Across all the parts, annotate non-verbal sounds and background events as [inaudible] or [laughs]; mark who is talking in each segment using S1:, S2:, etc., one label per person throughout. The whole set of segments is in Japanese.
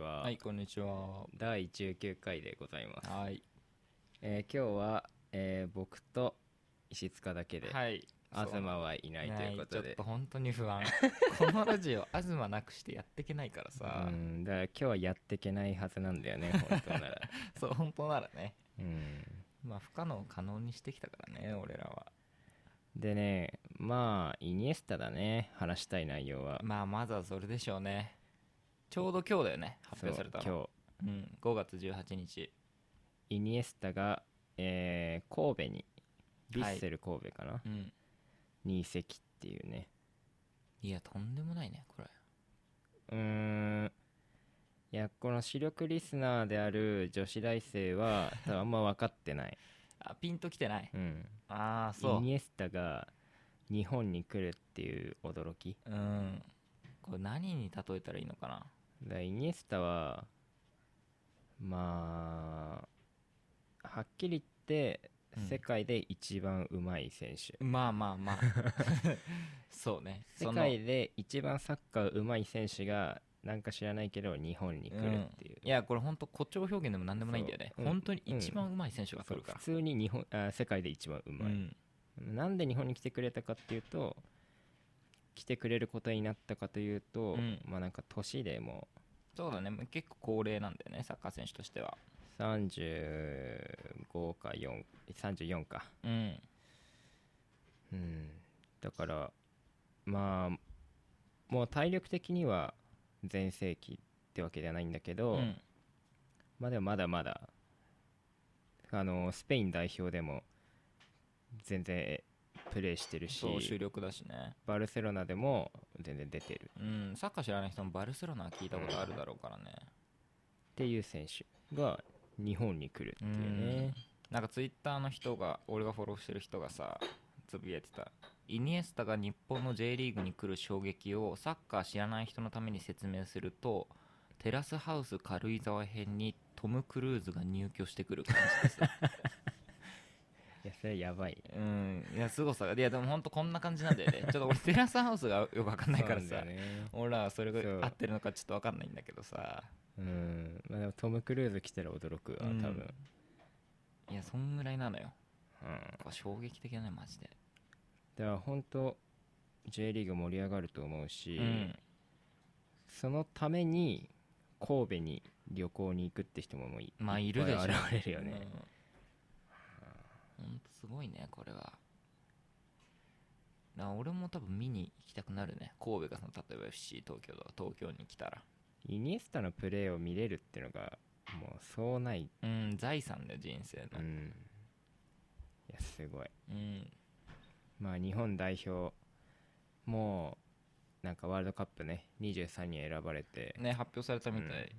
S1: は
S2: はい、こんにちは。
S1: 第19回でございます、
S2: はい。
S1: えー今日は、えー僕と石塚だけで、
S2: はい。
S1: 東はいないということ
S2: ちょっ
S1: で
S2: と本当に不安。 [laughs] このラジオ、東なくしてやっていけないからさ
S1: う。んだから今日はやっていけないはずなんだよ
S2: [laughs]
S1: ね本当なら
S2: そう、本当ならね。
S1: うん
S2: まあ、不可能を可能にしてきたからね、俺らは。
S1: でねまあイニエスタだね話したい内容は
S2: まあ、まずはそれでしょうね。ちょうど今日だよね、発表されたの。
S1: そう
S2: 今日。うん、5月18日。
S1: 今日イニエスタが、えー神戸にヴィ
S2: はい
S1: ッセル神戸かな、
S2: うん。
S1: に移籍っていうね
S2: いや、とんでもないね、これ。
S1: うーんいやこの主力リスナーである女子大生
S2: [laughs]
S1: は多分あんま分かってない、
S2: あ、ピンときてない。
S1: うん、
S2: ああ、そ
S1: イ
S2: う
S1: ニ。エスタが日本に来るっていう驚き
S2: うん。これ何に例えたらいいのかな。
S1: だからイニエスタはまあはっきり言って
S2: うん
S1: 世界で一番うまい選手、
S2: まあまあま
S1: [laughs]
S2: あそうね
S1: 世界で一番サッカーうまい選手がなんか知らないけど日本に来
S2: その
S1: るっていう,
S2: んいやこれ本当誇張表現でも何でもないんだよね、
S1: そううん
S2: 本当に一番うまい選手
S1: そう、
S2: が来るから
S1: 普、通に日本あ世界で一番う
S2: う
S1: まい、
S2: ん
S1: なんで日本に来てくれたかっていうと来てくれることになったかというと、
S2: うん
S1: まあなんか年でも
S2: そうだねもう結構高齢なんだよねサッカー選手としては
S1: う35か4 34か
S2: うん
S1: うんだからまあもう体力的には全盛期ってわけではないんだけど、
S2: うん
S1: まあでもまだまだあのスペイン代表でも全然プレーしてるし
S2: そう主力だしね
S1: バルセロナでも全然出てる
S2: うんサッカー知らない人もバルセロナは聞いたことあるだろうからね
S1: っていう選手が日本に来るっていうね
S2: なんかツイッターの人が俺がフォローしてる人がさつぶやいてたイニエスタが日本の J リーグに来る衝撃をサッカー知らない人のために説明するとテラスハウス軽井沢編にトム・クルーズが入居してくる感じです
S1: いやそれやばい
S2: うんいやすごさがいやでもほんとこんな感じなんだよ
S1: [laughs]
S2: ねちょっと俺テラスハウスがよくわかんないから
S1: そうな
S2: さ
S1: んだよね
S2: 俺らはそれ
S1: そう
S2: が合ってるのかちょっとわかんないんだけどさ
S1: うんまあでもトム・クルーズ来たら驚くわ多
S2: うん
S1: 分、
S2: いやそんぐらいなのよ
S1: うん、
S2: これ衝撃的だねマジで
S1: だから本当 J リーグ盛り上がると思うし、
S2: うん
S1: そのために神戸に旅行に行くって人ももうい
S2: まあ
S1: いっ
S2: い
S1: ぱ
S2: るでしょ
S1: 現れるよね、
S2: うん、ほんとすごいねこれはな俺も多分見に行きたくなるね神戸がその例えば FC 東京とか東京に来たら
S1: イニエスタのプレーを見れるってのがもうそうない、
S2: うん財産だよ人生の
S1: うん、いやすごい
S2: うん
S1: まあ日本代表もうなんかワールドカップね23に選ばれて、
S2: ね発表されたみたい、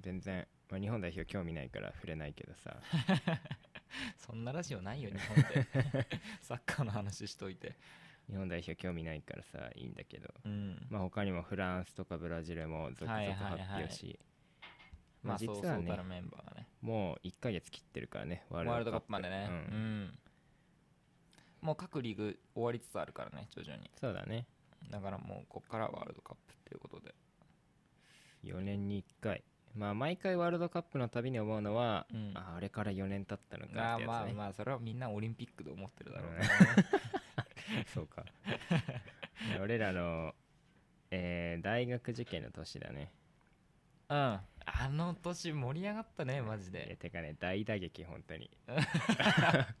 S1: 全然、まあ、日本代表興味ないから触れないけど
S2: [laughs]
S1: さ
S2: そんなラジオないよ日本で
S1: [laughs]
S2: サッカーの話しといて
S1: 日本代表興味ないからさいいんだけど、
S2: うん
S1: まあ、他にもフランスとかブラジルも続々
S2: はいはいはい
S1: 発表し、ま
S2: ま
S1: あ
S2: あそうそう
S1: 実はね
S2: たるメンバーがね
S1: もう1ヶ月切ってるからねワ
S2: ワールドカップまでね
S1: うん
S2: うん、もう各リーグ終わりつつあるからね徐々に
S1: そうだね
S2: だからもうこっからはワールドカップっていうことで
S1: 4年に1回まあ毎回ワールドカップのたびに思うのは、
S2: うん
S1: ああれから4年経ったのか
S2: あ
S1: っ
S2: あ
S1: てやつね
S2: まあまあそれはみんなオリンピックで思ってるだろうね、
S1: そうか俺らの、えー大学受験の年だね
S2: [laughs] うんあの年盛り上がったねマジ
S1: いや
S2: で
S1: てかね大打撃本
S2: [laughs]
S1: 当に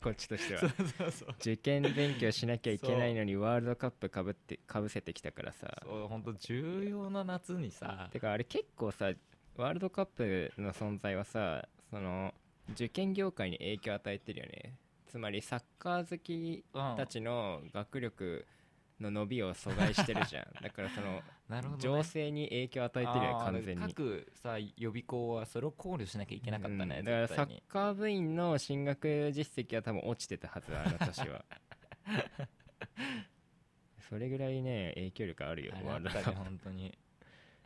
S1: こっちとしては
S2: そうそうそう
S1: 受験勉強しなきゃいけないのにワールドカップかぶってかぶせてきたからさ
S2: そう本当重要な夏にさ
S1: てかあれ結構さワールドカップの存在はさその受験業界に影響を与えてるよねつまりサッカー好き
S2: うん
S1: たちの学力の伸びを阻害してるじゃん
S2: [laughs]
S1: だからその
S2: なるほど、ね、
S1: 情勢に影響を与えてるよね
S2: あー
S1: 完全に
S2: 各さ予備校はそれを考慮しなきゃいけなかったね、
S1: うんだから
S2: 絶
S1: サ
S2: 対
S1: ッ
S2: に
S1: カー部員の進学実績は多分落ちてたはずあの年
S2: [laughs]
S1: はそれぐらいね影響力あるよワー
S2: あ
S1: ルド
S2: れ
S1: カ
S2: あっ
S1: ッ
S2: た
S1: プ
S2: ね本当に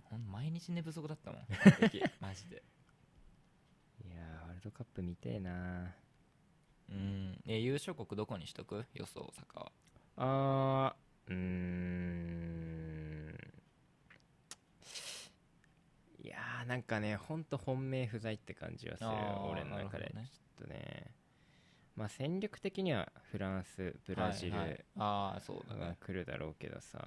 S2: ほん毎日寝不足だっ
S1: [laughs]
S2: たもんあの時マジで
S1: いやーワールドカップ見てえな
S2: うんいや優勝国どこにしとく予想大阪は
S1: あーうーんいやーーなんかねほんと本命不在って感じはする
S2: あー
S1: 俺の中で
S2: なる
S1: ちょっとねまあ戦力的にはフランスブラジル
S2: はいはいああそうだ
S1: が
S2: ね
S1: 来るだろうけどさ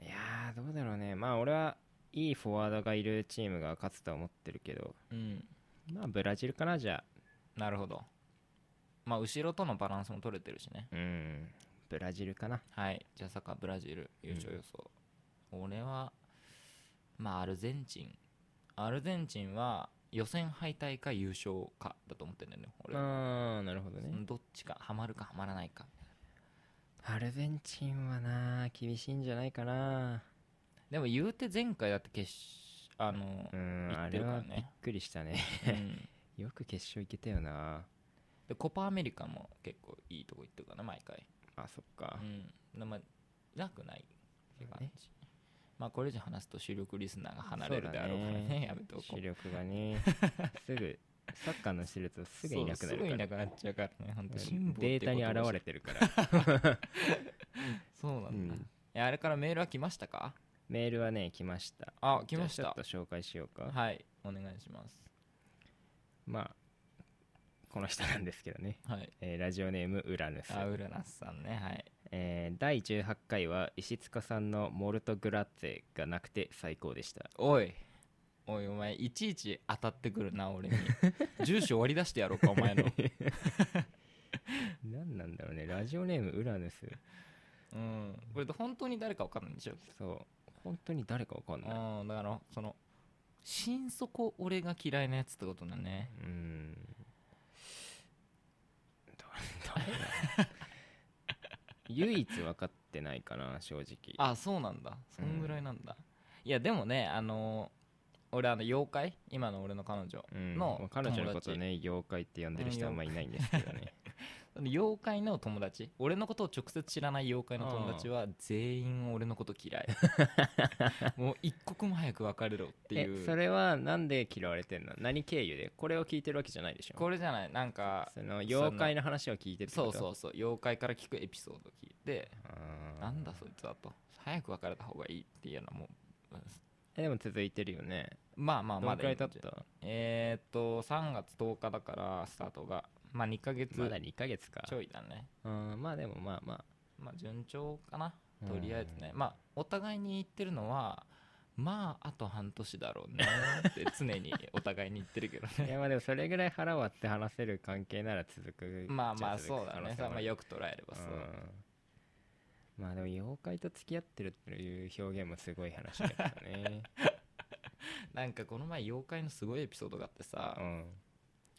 S1: いやーどうだろうねまあ俺はいいフォワードがいるチームが勝つとは思ってるけど
S2: うん
S1: まあブラジルかなじゃあ
S2: なるほどまあ後ろとのバランスも取れてるしね
S1: うんブラジルかな
S2: はいじゃあサッカーブラジル優勝予想、俺はまあアルゼンチンアルゼンチンは予選敗退か優勝かだと思ってんだよね俺は
S1: あーなるほどね
S2: どっちかハマるかハマらないか
S1: アルゼンチンはな厳しいんじゃないかな
S2: でも言うて前回だって決しあの
S1: う、ん
S2: 行
S1: あ
S2: って
S1: れ
S2: るから
S1: は
S2: ね
S1: びっくりしたね [laughs]
S2: うん
S1: よく決勝行けたよな
S2: でコパアメリカも結構いいとこ行ってるからな毎回
S1: あそっか
S2: うんでまあなくないって
S1: まあ
S2: 感
S1: ね
S2: じまあこれ以上話すと主力リスナーが離れるであろうからね
S1: そうだね
S2: やめておこ
S1: 視力が
S2: [laughs]
S1: ねすぐサッカーのしてると
S2: う
S1: すぐいなくな
S2: そうすぐい
S1: るか
S2: な
S1: ら
S2: くなっちゃうからね本当
S1: うんデータに現れてるから
S2: そうなんだ、
S1: うん
S2: えあれからメールは来ましたか
S1: メールはね来ました
S2: あ来まし
S1: じゃ
S2: た
S1: あちょっと紹介しようか
S2: はいお願いします
S1: まあこの人なんですけどね、
S2: はい
S1: えーラジオネームウラヌス、
S2: あウラナスさんねはい
S1: えー第18回は石塚さんのモルトグラッツェがなくて最高でした
S2: おいおいお前いちいち当たってくるな俺に住所割り出してやろうかお前の、
S1: 何なんだろうねラジオネームウラヌス
S2: うん、これ本当に誰か分かんないんでしょ
S1: そう本当に誰かわかんない
S2: うんだからその心底俺が嫌いなやつってことだね
S1: うーんどどれだ唯一分かってないかな正直
S2: あそうなんだそんぐらいなんだ、いやでもねあの俺あの妖怪今の俺の彼女
S1: うん
S2: の
S1: まあ彼女のこと
S2: 友
S1: ね妖怪って呼んでる人はあんまいないんですけどね
S2: その妖怪の友達俺のことを直接知らない妖怪の友達は全員俺のこと嫌いもう一刻も早く別れろって
S1: え
S2: い
S1: そうれはなんで嫌われてんの何経由でこれを聞いてるわけじゃないでしょ
S2: これじゃないなんか
S1: その妖怪の話を聞いてるって
S2: そ
S1: こ
S2: う
S1: と
S2: そうそう妖怪から聞くエピソード聞いて
S1: あー
S2: なんだそいつだと早く別れた方がいいっていうのもうん
S1: えでも続いてるよね
S2: まあまあ
S1: どの
S2: まだ
S1: くらい経っ
S2: いいんじゃ
S1: た
S2: えーっと3月10日だからスタートがまあ2ヶ月
S1: まだ2ヶ月か
S2: ちょいだね
S1: うんまあでもまあまあ
S2: まあ順調かな
S1: うん
S2: とりあえずねまあお互いに言ってるのはまああと半年だろうねって常にお互いに言ってるけど
S1: [laughs] い
S2: ね
S1: やまあでもそれぐらい腹割って話せる関係なら続く
S2: まあ
S1: じゃ
S2: まあそうだ
S1: 続く
S2: ね
S1: 可能性
S2: さ
S1: も
S2: ま
S1: あ
S2: あ
S1: る
S2: よく捉えればそう
S1: うんまあでも妖怪と付き合ってるっていう表現もすごい話だから
S2: [laughs]
S1: ね
S2: なんかこの前妖怪のすごいエピソードがあって
S1: う
S2: さ
S1: ん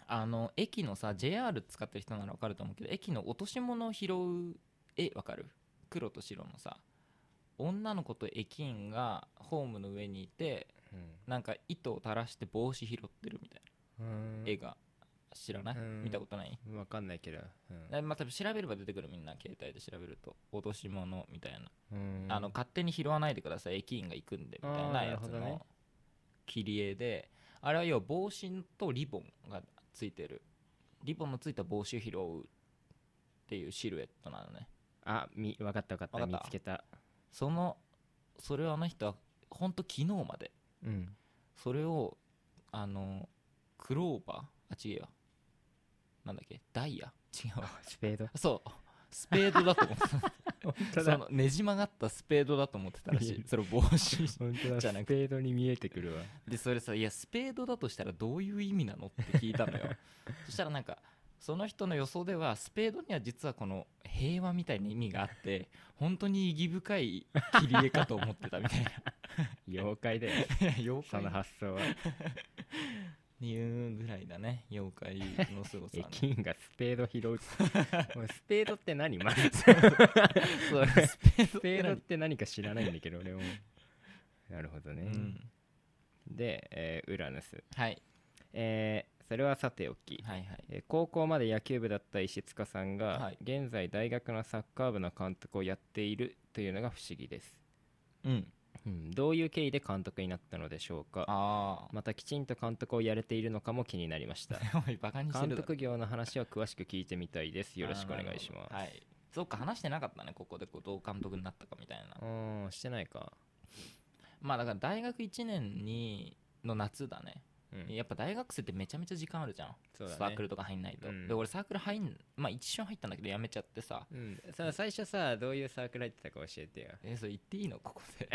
S2: あの駅のさ JR 使ってる人ならわかると思うけど駅の落とし物を拾う絵わかる黒と白のさ女の子と駅員がホームの上にいてなんか糸を垂らして帽子拾ってるみたい
S1: うん
S2: な絵が知らない
S1: うん
S2: 見たことない
S1: わかんないけど、うん
S2: でまあ多分調べれば出てくるみんな携帯で調べると落とし物みたい
S1: うん
S2: なあの勝手に拾わないでください駅員が行くんでみたい
S1: あー
S2: なやつ
S1: なるほどね
S2: の切り絵であれは要は帽子とリボンがついてるリボンのついた帽子を拾うっていうシルエットなのね
S1: あみわかったわかった
S2: わか
S1: 見
S2: った
S1: つけた
S2: そのそれをあの人はほんと昨日まで
S1: うん
S2: それをあのクローバーあ違えわなんだっけダイヤ違
S1: [laughs]
S2: うわ
S1: スペード
S2: そうスペードだと思って
S1: [laughs] 本
S2: たそのねじ曲がったスペードだと思ってたらしいそれ帽子
S1: 本当だ
S2: じゃ
S1: ス
S2: なく
S1: ペードに見えてくるわ
S2: でそれさいやスペードだとしたらどういう意味なのって聞いたの [laughs] よそしたらなんかその人の予想ではスペードには実はこの平和みたいな意味があって本当に意義深い切り絵かと思ってたみたいな
S1: 妖怪 [laughs] だよ
S2: 妖
S1: そ
S2: 怪
S1: の
S2: っ
S1: 発想は
S2: て [laughs] いうぐらいだね妖怪のすごさ、ね、
S1: 駅員がスペード拾 [laughs] うおいスペードって何 [laughs] まず
S2: そう [laughs] スペード
S1: スペードって何か知らないんだけど俺もなるほどね、
S2: うん
S1: で、えーウラヌス、
S2: はい
S1: えーそれはさておき、
S2: はいはい
S1: えー高校まで野球部だった石塚さんが、
S2: はい
S1: 現在大学のサッカー部の監督をやっているというのが不思議です、
S2: うん
S1: うん、どういう経緯で監督になったのでしょうか
S2: あ
S1: またきちんと監督をやれているのかも気になりました
S2: [laughs] あ [laughs] おいバカにして
S1: 監
S2: るだろ
S1: 督業の話を詳しく聞いてみたいですよろしくお願いします
S2: あーなるほどはいそうか話してなかったねここでこうどう監督になったかみたいな
S1: うんしてないか
S2: まあだから大学1年にの夏だね、
S1: うん
S2: やっぱ大学生ってめちゃめちゃ時間あるじゃん、
S1: そうだね
S2: サークルとか入んないと、
S1: うん
S2: で俺サークル入んまあ一瞬入ったんだけどやめちゃってさ
S1: うん、さ最初さどういうサークル入ってたか教え
S2: [laughs]
S1: てよ
S2: えそれ言っていいのここ
S1: [laughs]
S2: で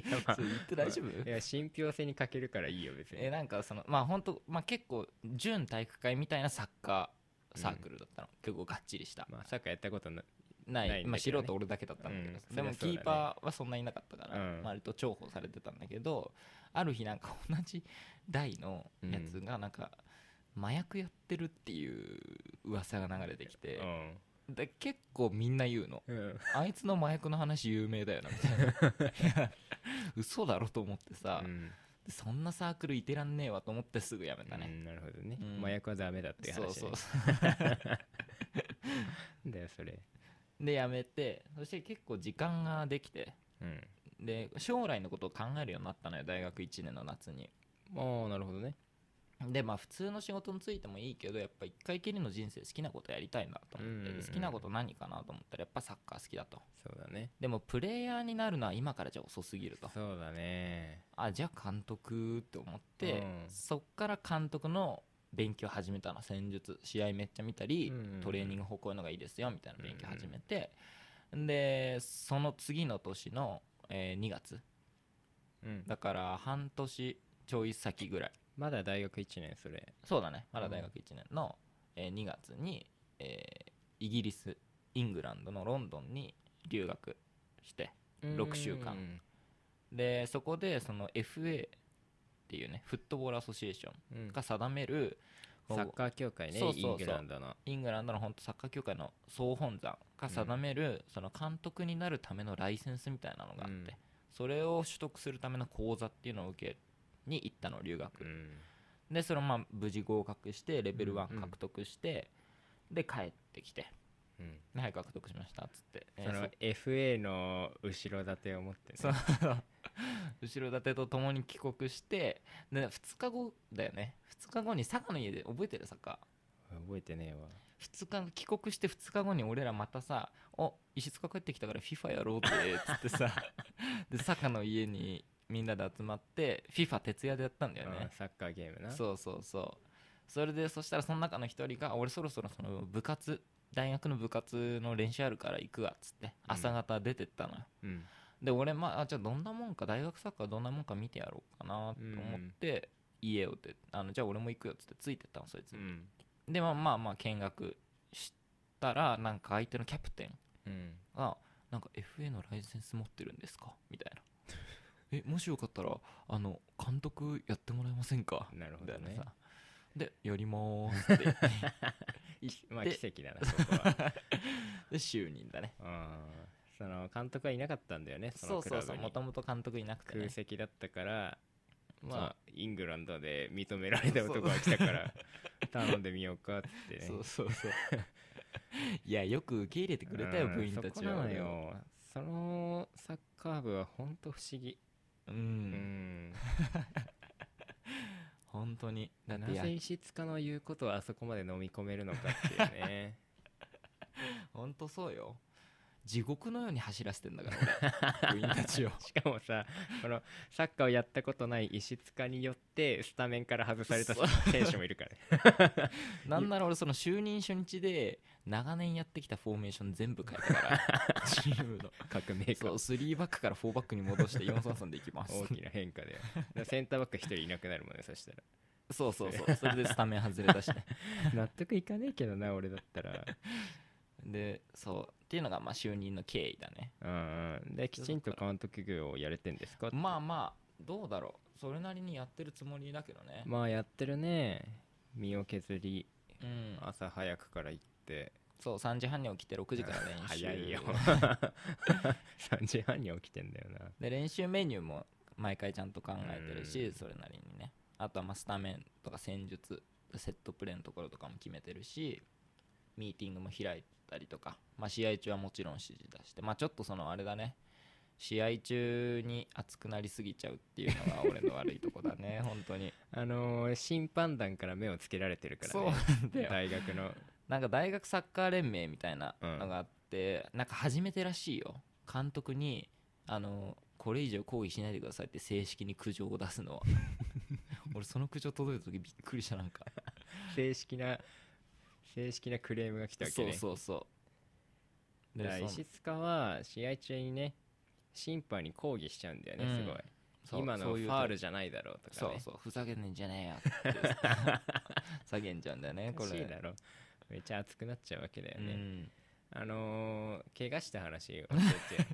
S1: いや,、ま
S2: それ言って
S1: [laughs]
S2: 大丈夫
S1: あいや信憑性に欠けるからいいよ別に
S2: えなんかそのまあ本当まあ結構準体育会みたいなサッカーサークルだったの、結構がっちりした、
S1: まあサッカーやったことな
S2: ない
S1: ないんだけどね
S2: まあ、素人俺だけだったんだけど、
S1: うん
S2: でも
S1: そり
S2: キ
S1: ゃそうだね
S2: ーパーはそんなにいなかったから、
S1: うん
S2: 割と重宝されてたんだけどある日なんか同じ代のやつがなんか麻薬やってるっていう噂が流れてきて、で結構みんな言うの
S1: うん、うん
S2: あいつの麻薬の話有名だよなみたいないや嘘だろと思ってさ、
S1: うん
S2: そんなサークルいてらんねえわと思ってすぐやめた
S1: う
S2: ね、
S1: んなるほどね、
S2: うん
S1: 麻薬はダメだっていう話、
S2: そ
S1: ね、
S2: うそうそう
S1: だよそれ
S2: でやめてそして結構時間ができて
S1: うん
S2: で将来のことを考えるようになったのよ大学1年の夏に
S1: ああなるほどね
S2: でまあ普通の仕事についてもいいけどやっぱ一回きりの人生好きなことやりたいなと思って、
S1: うんうんうん
S2: 好きなこと何かなと思ったらやっぱサッカー好きだと
S1: そうだね
S2: でもプレイヤーになるのは今からじゃ遅すぎると
S1: そうだね
S2: あじゃあ監督って思って、
S1: うん
S2: そっから監督の勉強始めたの戦術試合めっちゃ見たり、
S1: うんうんうん
S2: トレーニング方向のがいいですよみたいな勉強始めて、でその次の年の、え2月
S1: うん
S2: だから半年ちょい先ぐらい
S1: まだ大学1年それ
S2: そうだねまだ大学1年の、え2月に、えーイギリスイングランドのロンドンに留学して六週間
S1: うん
S2: でそこでその FA っていうねフットボールアソシエーション
S1: うん
S2: が定める
S1: サッカー協会ね
S2: そうそうそう
S1: イングランドの
S2: イングランドの本当サッカー協会の総本山が定める、その監督になるためのライセンスみたいなのがあって、
S1: うん
S2: それを取得するための講座っていうのを受けに行ったの留学、
S1: うん
S2: でそれをまあ無事合格してレベル
S1: うんう
S2: 1
S1: ん
S2: 獲得して、で帰ってきて
S1: うん
S2: 「はい獲得しました」っつって、え
S1: その
S2: ー
S1: FA の後ろ盾を持ってね
S2: そう [laughs] 後ろ盾と共に帰国してで2日後だよね2日後に佐賀の家で覚えてるサッカー
S1: 覚えてねえわ
S2: 2日帰国して2日後に俺らまたさ「お石塚帰ってきたから FIFA やろうって」つってさ
S1: [laughs]
S2: で坂の家にみんなで集まって FIFA 徹夜でやったんだよ
S1: あ
S2: ね
S1: ーサッカーゲームな
S2: そうそうそうそれでそしたらその中の一人が「俺そろそろその部活大学の部活の練習あるから行くわ」っつって朝方出てったのよ、
S1: うん
S2: で俺まああじゃあどんなもんか大学サッカーどんなもんか見てやろうかなと思って家を出あのじゃあ俺も行くよっつってついてったのそいつ
S1: う
S2: に
S1: ん
S2: でまあまあまあ見学したらなんか相手のキャプテン
S1: うん
S2: が「なんか FA のライセンス持ってるんですか?」みたいな [laughs] 「えもしよかったらあの監督やってもらえませんか?」
S1: なるほ
S2: み
S1: ど
S2: たいな
S1: ね
S2: さで「やりまーす」って [laughs]
S1: まあ
S2: で
S1: 奇跡だなそ
S2: [laughs]
S1: こは
S2: で就任だね
S1: あーその監督はいなかったんだよねそ
S2: そ
S1: の
S2: う
S1: ク
S2: そ
S1: ラ
S2: う
S1: ブ
S2: そう
S1: に
S2: もともと監督いなくて、ね
S1: 空、席だったから
S2: ま
S1: まあイングランドで認められた男が来たから頼んでみようかっつって
S2: あ
S1: ね
S2: そうそうそう [laughs] いやよく受け入れてくれたよ
S1: うん
S2: 部員たち
S1: そこな
S2: は
S1: のよそのサッカー部は本当不思議
S2: う
S1: うんん
S2: 本当にだって
S1: なぜ
S2: や
S1: 石塚の言うことをあそこまで飲み込めるのかっていうね
S2: 本当そうよ地獄のように走らせてんだから俺部員た
S1: [laughs]
S2: ちを
S1: [laughs] しかもさこのサッカーをやったことない石塚によってスタメンから外された
S2: そう
S1: 選手もいるからね
S2: なんなら俺その就任初日で長年やってきたフォーメーション全部変えたからチームの
S1: [laughs] 革命
S2: そ
S1: 家
S2: う3バックから4バックに戻して433でいきます
S1: 大きな変化でセンターバック一人いなくなるもんねそしたら
S2: そうそうそうそれでスタメン外れたしね
S1: 納得いかねえけどな俺だった [laughs] ら
S2: でそうっていうのがまあ就任の経緯だね
S1: うんうんできちんと監督業をやれてんですか
S2: まあまあどうだろうそれなりにやってるつもりだけどね、
S1: まあやってるね身を削り
S2: うん
S1: 朝早くから行って
S2: そう3時半に起きて6時から練習
S1: 早いよ [laughs] 3時半に起きてんだよな
S2: で練習メニューも毎回ちゃんと考えてるし、
S1: うん
S2: それなりにねあとはまあスタメンとか戦術セットプレーのところとかも決めてるしミーティングも開いたりとか、まあ、試合中はもちろん指示出して、まあ、ちょっとそのあれだね試合中に熱くなりすぎちゃうっていうのが俺の悪いとこだね本当に
S1: あのー審判団から目をつけられてるからね
S2: ん
S1: 大学の
S2: なんか大学サッカー連盟みたいなのがあって、なんか初めてらしいよ監督にあのこれ以上抗議しないでくださいって正式に苦情を出す
S1: [laughs]
S2: のは俺その苦情届いた時びっくりしたなんか
S1: 正式な正式なクレームが来たわけ
S2: そ
S1: ね
S2: うそうそう
S1: だから
S2: でそ
S1: 石塚は試合中にね審判に抗議しちゃうんだよね、
S2: うん
S1: すごい
S2: そう
S1: 今の
S2: そ
S1: フ
S2: ういうと
S1: ァールじゃないだろうと
S2: そ
S1: かね
S2: うそうふざけんねんじゃね
S1: [laughs]
S2: えよふざけんじゃうんだよね
S1: お
S2: こ
S1: か
S2: れ
S1: しいだろめっちゃ熱くなっちゃうわけだよ
S2: う
S1: ね、
S2: ん
S1: あのー、怪我した話教えて
S2: だか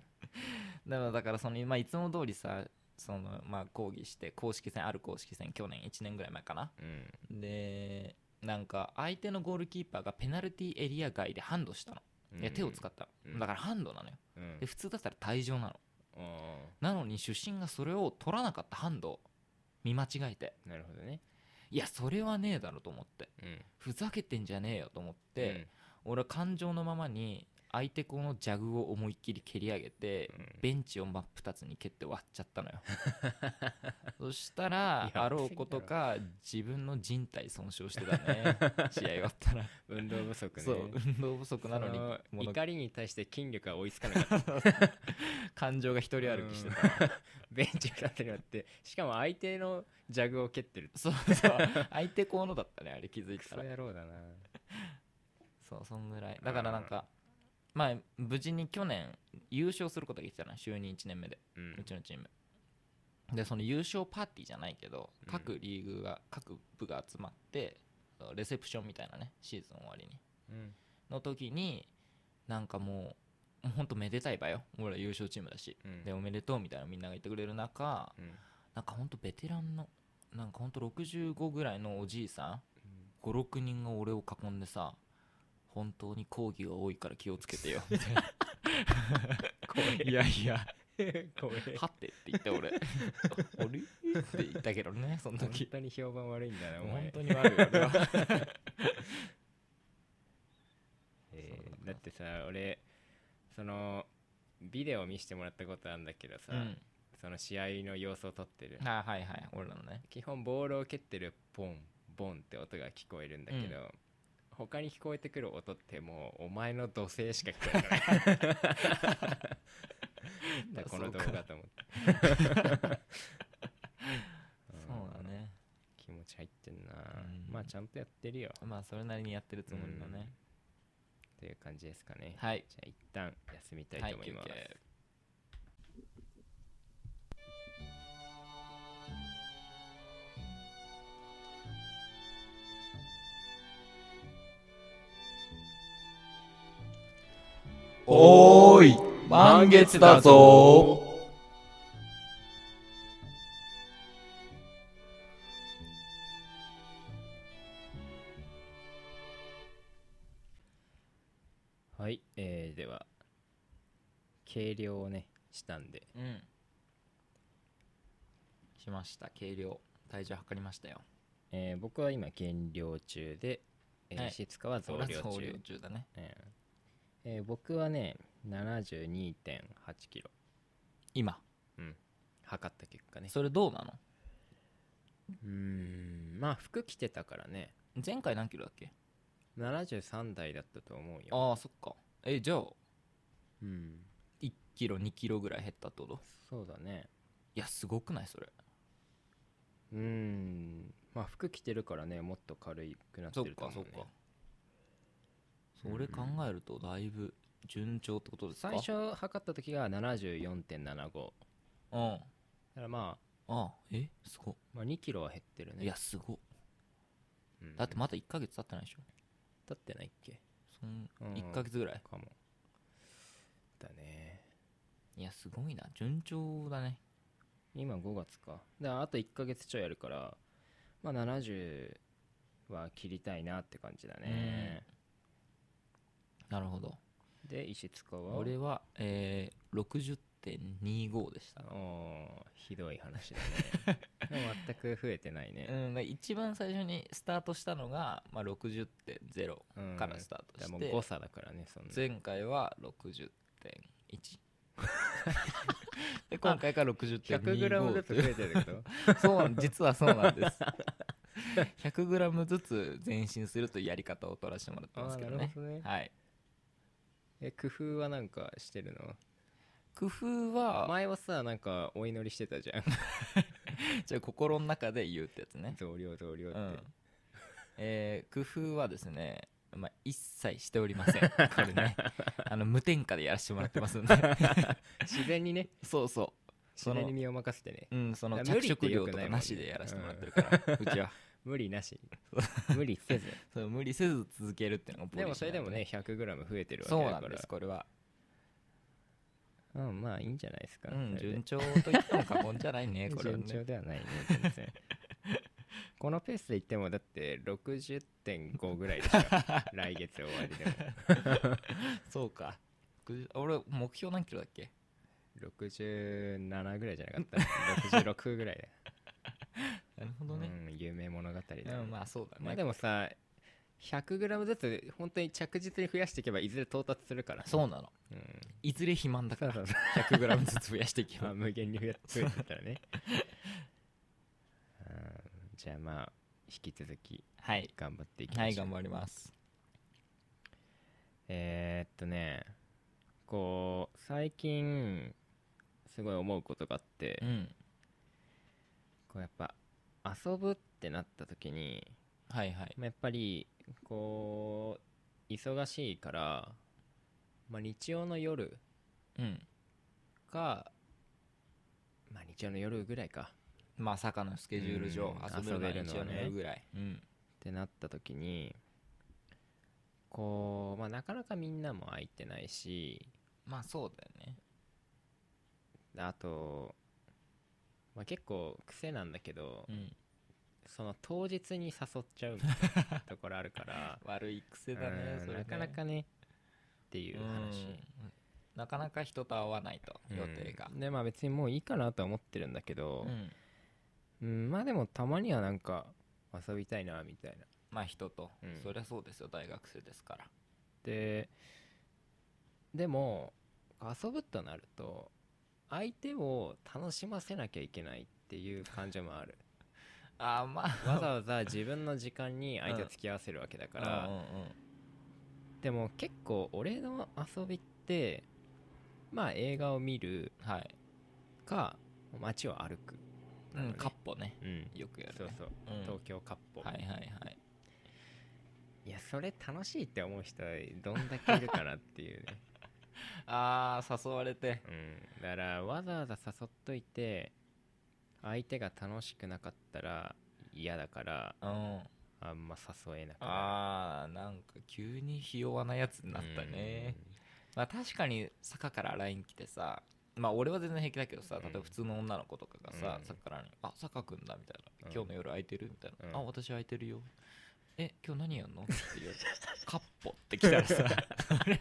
S2: らだからその、まあ、いつも通りさそのまあ抗議して公式戦ある公式戦去年1年ぐらい前かな
S1: うん
S2: でなんか相手のゴールキーパーがペナルティーエリア外でハンドしたの、 [laughs] いや手を使ったの、
S1: うん
S2: だからハンドなのよ
S1: うん、うん
S2: で普通だったら退場なの
S1: あ
S2: なのに主審がそれを取らなかったハンドを見間違えて
S1: ーなるほどね
S2: いやそれはねえだろと思って
S1: うん
S2: ふざけてんじゃねえよと思って、俺は感情のままに相手このジャグを思いっきり蹴り上げて、
S1: うん
S2: ベンチを真っ二つに蹴って割っちゃったのよ
S1: [laughs]
S2: そした
S1: い
S2: ら
S1: や
S2: あろうことか自分の人体損傷して
S1: [laughs]
S2: たね試合終わったら、
S1: うん運動不足ね
S2: そう運動不足なのに
S1: その
S2: もの
S1: 怒りに対して筋力が追いつかなかった
S2: 感情が一人歩きしてた、
S1: [laughs] ベンチに立ってるってしかも相手のジャグを蹴ってるって
S2: そうそう相手こうのだったねあれ気づい
S1: ク
S2: た
S1: ソ
S2: ら
S1: 野郎だな
S2: そうそんぐらいだからなんか、まあ無事に去年優勝することができたな就任1年目で
S1: う
S2: うんちのチームでその優勝パーティーじゃないけど
S1: うん
S2: 各リーグが各部が集まってレセプションみたいなねシーズン終わりに
S1: うん
S2: の時になんかもうもうほんとめでたい場よ俺ら優勝チームだし
S1: うん
S2: でおめでとうみたいなみんなが言ってくれる中
S1: うん
S2: なんかほんとベテランのなんかほんと65ぐらいのおじいさん56人が俺を囲んでさ本当に抗議が多いから気をつけてよみたいな
S1: 怖え
S2: いやいや
S1: [laughs] 怖え
S2: はってって言って俺あれって言ったけどねその
S1: 本
S2: 時
S1: 当に評判悪いんだなお前
S2: 本当に悪い俺は
S1: [laughs] え
S2: そうだ
S1: ー
S2: な
S1: だってさ俺そのビデオ見せてもらったことあるんだけどさ、
S2: うん
S1: その試合の様子を撮ってる
S2: あはいはい俺らのね
S1: 基本ボールを蹴ってるボンボンって音が聞こえるんだけど、
S2: う
S1: 他に聞こえてくる音ってもうお前の土星しか聞こえない
S2: [laughs]
S1: なんだこの動画と思って
S2: [laughs] そうだね
S1: 気持ち入ってんな、
S2: うん
S1: まあちゃんとやってるよ
S2: まあそれなりにやってるつもりのね
S1: という感じですかね
S2: はい
S1: じゃあ一旦休みたいと思います、
S2: はい休憩
S3: おーい満月だぞ
S1: はい、えーでは計量をねしたんで
S2: うんしました計量体重測りましたよ
S1: えー僕は今減量中で、えー
S2: はい
S1: 石塚は増量中、
S2: 増量中だね
S1: えーえー僕はね7 2 8キロ
S2: 今
S1: うん測った結果ね
S2: それどうなの
S1: うーんまあ服着てたからね
S2: 前回何キロだっけ
S1: 73台だったと思うよ
S2: ああそっかえじゃあ
S1: うん
S2: 1キロ2キロぐらい減ったってこと
S1: そうだね
S2: いやすごくないそれ
S1: うーんまあ服着てるからねもっと軽くなって
S2: そっ
S1: ると
S2: か
S1: 思、
S2: そうっ
S1: ね、
S2: かそれ考えるとだいぶ順調ってことですか
S1: 最初測った時が74.75だ
S2: うんあ
S1: からまあ
S2: あえすごっ
S1: まあ2キロは減ってるね
S2: いやすごっ
S1: うん
S2: だってまだ1ヶ月経ってないでしょ
S1: 経ってないっけ
S2: そん
S1: うん
S2: 1ヶ月ぐらい
S1: かもだね
S2: いやすごいな順調だね
S1: 今5月かだからあと1ヶ月ちょいやるからまあ70は切りたいなって感じだね
S2: なるほど
S1: で石塚は
S2: 俺はえー、60.25でした
S1: おーひどい話だ
S2: [laughs]
S1: ねでも全く増えてないね
S2: う、ん、だから一番最初にスタートしたのが、まあ、60.0
S1: うん
S2: からスター
S1: だ
S2: ト
S1: から
S2: し
S1: もう
S2: て、
S1: 誤差だからねそんな
S2: 前回は60.1
S1: [laughs]
S2: で今回が60.25
S1: 100g ずつ増えてる
S2: [laughs]
S1: けど
S2: そうなん実はそうなんです 100g ずつ前進するというやり方を取らせてもらってますけど
S1: あーなる
S2: ね
S1: ほどね
S2: はい
S1: え工夫はなんかしてるの
S2: 工夫は、
S1: 前はさなんかお祈りしてたじゃん
S2: じゃあ心の中で言うってやつね。
S1: 増量増量っ
S2: う
S1: て、
S2: んえー工夫はですね、まあ、一切しておりま
S1: [laughs]
S2: せん。これね、あの無添加でやらせてもらってますんで、
S1: 自然にね
S2: そうそう、
S1: 自
S2: [laughs] その
S1: 然に身を任せてね
S2: うん、その
S1: いや無
S2: 着
S1: 理って
S2: 色
S1: よ
S2: 料
S1: く
S2: と
S1: ないもんね
S2: かなしでやらせてもらってるから、うちは。
S1: 無理なし
S2: [laughs]
S1: 無理せず
S2: そう無理せず続けるっていうのがポリ
S1: でも
S2: シ
S1: そ
S2: ー
S1: れで
S2: な
S1: も
S2: ん
S1: ね 100g 増えてるわ
S2: そ
S1: け
S2: う
S1: だ
S2: な
S1: か
S2: ん
S1: ら
S2: です、これは。
S1: うん、まあいいんじゃないですか、
S2: うん、
S1: それで
S2: 順調と言っても過言じゃないね、これは
S1: [laughs] 順
S2: ね
S1: 調。ではないね全然 [laughs] このペースでいってもだって60.5ぐらいでし
S2: [laughs]
S1: ょ来月終わりでも
S2: そうか。60俺、目標何キロだっけ
S1: 67ぐらいじゃなかった66ぐらい
S2: [laughs] なるほ
S1: だ、
S2: どね。
S1: うん、有名物語だね、
S2: うん、
S1: ま
S2: まあそうだ
S1: あ
S2: ね
S1: で。もさ 100g ずつ本当に着実に増やしていけばいずれ到達するから、
S2: そうなの。
S1: うん、
S2: いずれ肥満だ
S1: そ
S2: か
S1: う
S2: ら
S1: そうそう
S2: 100g ずつ増やしていけ
S1: [laughs] ま
S2: ば
S1: あ無限に増や増えてったら
S2: [laughs]
S1: ね、うん、じゃあまあ引き続き
S2: はい
S1: 頑張っていきましょう
S2: はい頑張ります
S1: えー、っとねこう最近すごい思うことがあって、
S2: うん
S1: こうやっぱ遊ぶってなった時に
S2: はいはい
S1: まあやっぱりこう忙しいから、まあ、日曜の夜
S2: うん
S1: か、まあ、日曜の夜ぐらいか
S2: まさかのスケジュール上
S1: うん
S2: 遊べるの
S1: 遊べる
S2: は一
S1: の
S2: 応
S1: はね
S2: ねぐらいうん
S1: ってなった時にこう、まあ、なかなかみんなも空いてないし
S2: まあそうだよね
S1: あと、まあ、結構癖なんだけど、
S2: うん
S1: その当日に誘っちゃうみたいなところあるから
S2: [laughs] 悪い癖だね
S1: うん
S2: それね
S1: なかなかねっていう話
S2: うんなかなか人と会わないと予定が
S1: うんでまあ別にもういいかなとは思ってるんだけど
S2: う、ん
S1: うんまあでもたまにはなんか遊びたいなみたいな
S2: まあ人と
S1: うん
S2: そりゃそうですよ大学生ですから
S1: ででも遊ぶとなると相手を楽しませなきゃいけないっていう感情も
S2: [laughs]
S1: ある
S2: あーまあ
S1: わざわざ自分の時間に相手を付き合わせるわけだから、
S2: うんうんうん
S1: でも結構俺の遊びってまあ映画を見る
S2: はい
S1: か街を歩くなの
S2: うん
S1: ね
S2: カッポね
S1: うん
S2: よくやるね
S1: そうそう、
S2: うん
S1: 東京カッポ、
S2: はいはいはい
S1: いやそれ楽しいって思う人どんだけいるかなっていうね、
S2: あー誘われて
S1: うん、だからわざわざ誘っといて相手が楽しくなかったら嫌だから
S2: うん
S1: あんま誘えなくな
S2: あーなんか急にひ弱なやつに
S1: る
S2: なったね、まあ確かに坂から LINE 来てさまあ俺は全然平気だけどさ
S1: うん
S2: 例えば普通の女の子とかがさ、
S1: うん
S2: 坂からに「あ坂君だ」みたいな、
S1: うん
S2: 今日の夜空いてる?」みたいな
S1: う
S2: 「
S1: ん
S2: あ私空いてるよ」え今日何やんの?」って言われて「カッポ」って来たらさ [laughs] あれ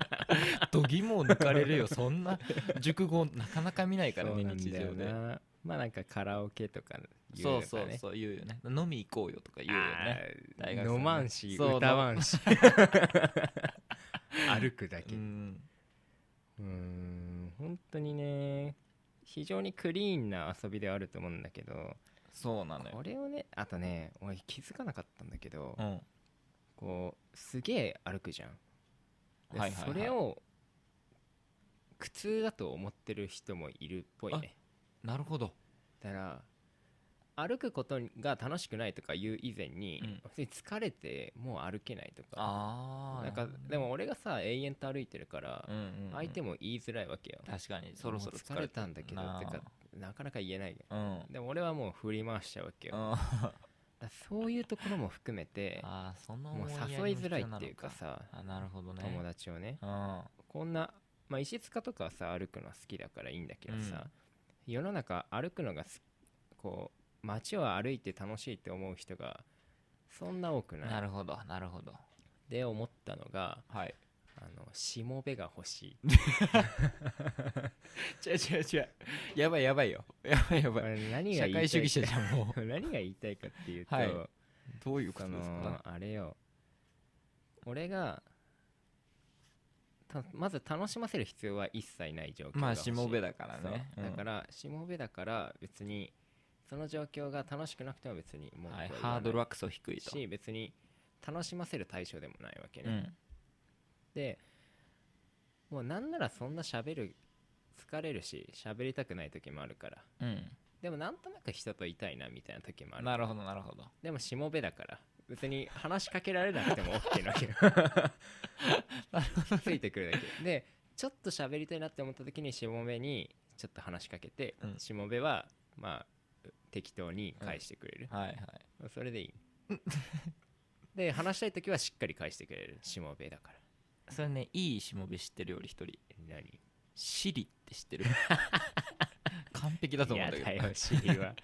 S2: 度肝を抜かれるよそんな熟語なかなか見ない
S1: だ
S2: か
S1: かららね
S2: ね日
S1: 日
S2: 常
S1: 常
S2: で。
S1: でまあなんかカラオケとか言
S2: そう
S1: の
S2: う
S1: か
S2: そう
S1: ね
S2: そう言うよね飲み行こうよとか言うよね
S1: あー
S2: 大学生ね
S1: 飲まんし
S2: そう
S1: 歌わんし歩くだけ
S2: う
S1: うん
S2: ん
S1: ーん本当にね非常にクリーンな遊びではあると思うんだけど
S2: そうなのよ
S1: これをねあとね俺気づかなかったんだけど、
S2: うん
S1: こうすげえ歩くじゃんで
S2: はいはいは
S1: そ
S2: い
S1: れを苦痛だと思ってる人もいるっぽいね
S2: なるほど
S1: だから歩くことが楽しくないとか言う以前に、
S2: うん
S1: 普通に疲れてもう歩けないとか
S2: ああ
S1: なんかでも俺がさ永遠と歩いてるから
S2: うんうんうん
S1: 相手も言いづらいわけよ
S2: 確かにそろそろ
S1: もう疲れたんだけど
S2: なあ
S1: てかなかなか言えないよ
S2: うんうん
S1: でも俺はもう振り回しちゃうわけよだか
S2: あ
S1: らそういうところも含めて
S2: [laughs] あその
S1: もう誘いづらいっていうかさ
S2: あなるほどね
S1: 友達をね
S2: うん
S1: こんなまあ石塚とかはさ歩くのは好きだからいいんだけどさ世の中歩くのが好きこう街を歩いて楽しいって思う人がそんな多く
S2: な
S1: ない
S2: るほどなるほど
S1: で思ったのが
S2: はい [laughs]
S1: あのしもべが欲しい
S2: 違う違う違うやばいやばいよ [laughs] やばいやば
S1: こ
S2: い
S1: れ何が言
S2: 社
S1: いた
S2: 会
S1: い
S2: 主義者じ
S1: [laughs]
S2: ゃんもう
S1: 何が言いたいかっていうと、
S2: はい [laughs] どういうこ
S1: そ
S2: とです
S1: の
S2: か
S1: あれよ俺がたまず楽しませる必要は一切ない状況が
S2: まあ
S1: 欲
S2: しもべ
S1: だ
S2: だからね
S1: だかららしもべだから別にその状況が楽しくなくても別にもう
S2: はいハードル
S1: は
S2: はクソ低いと
S1: し別に楽しませる対象でもないわけ
S2: う
S1: ね、
S2: ん
S1: でもうなんならそんな喋る疲れるし喋りたくない時もあるから
S2: うん
S1: でもなんとなく人といたいなみたいな時もある
S2: なるほどなるほ [laughs] ど
S1: でもしもべだから別に話しかけられなくても OK なわけよついてくるだけ [laughs] でちょっと喋りたいなって思った時にしもべにちょっと話しかけて、
S2: うん
S1: しもべはまあ適当に返してくれる、
S2: はいはい
S1: それでいいで話したい時はしっかり返してくれるしもべだから
S2: [laughs] それねいいしもべ知ってるより一人
S1: 何
S2: シリって知って [laughs] る完璧だと思うんだけど
S1: いやよシリ
S2: [laughs]
S1: は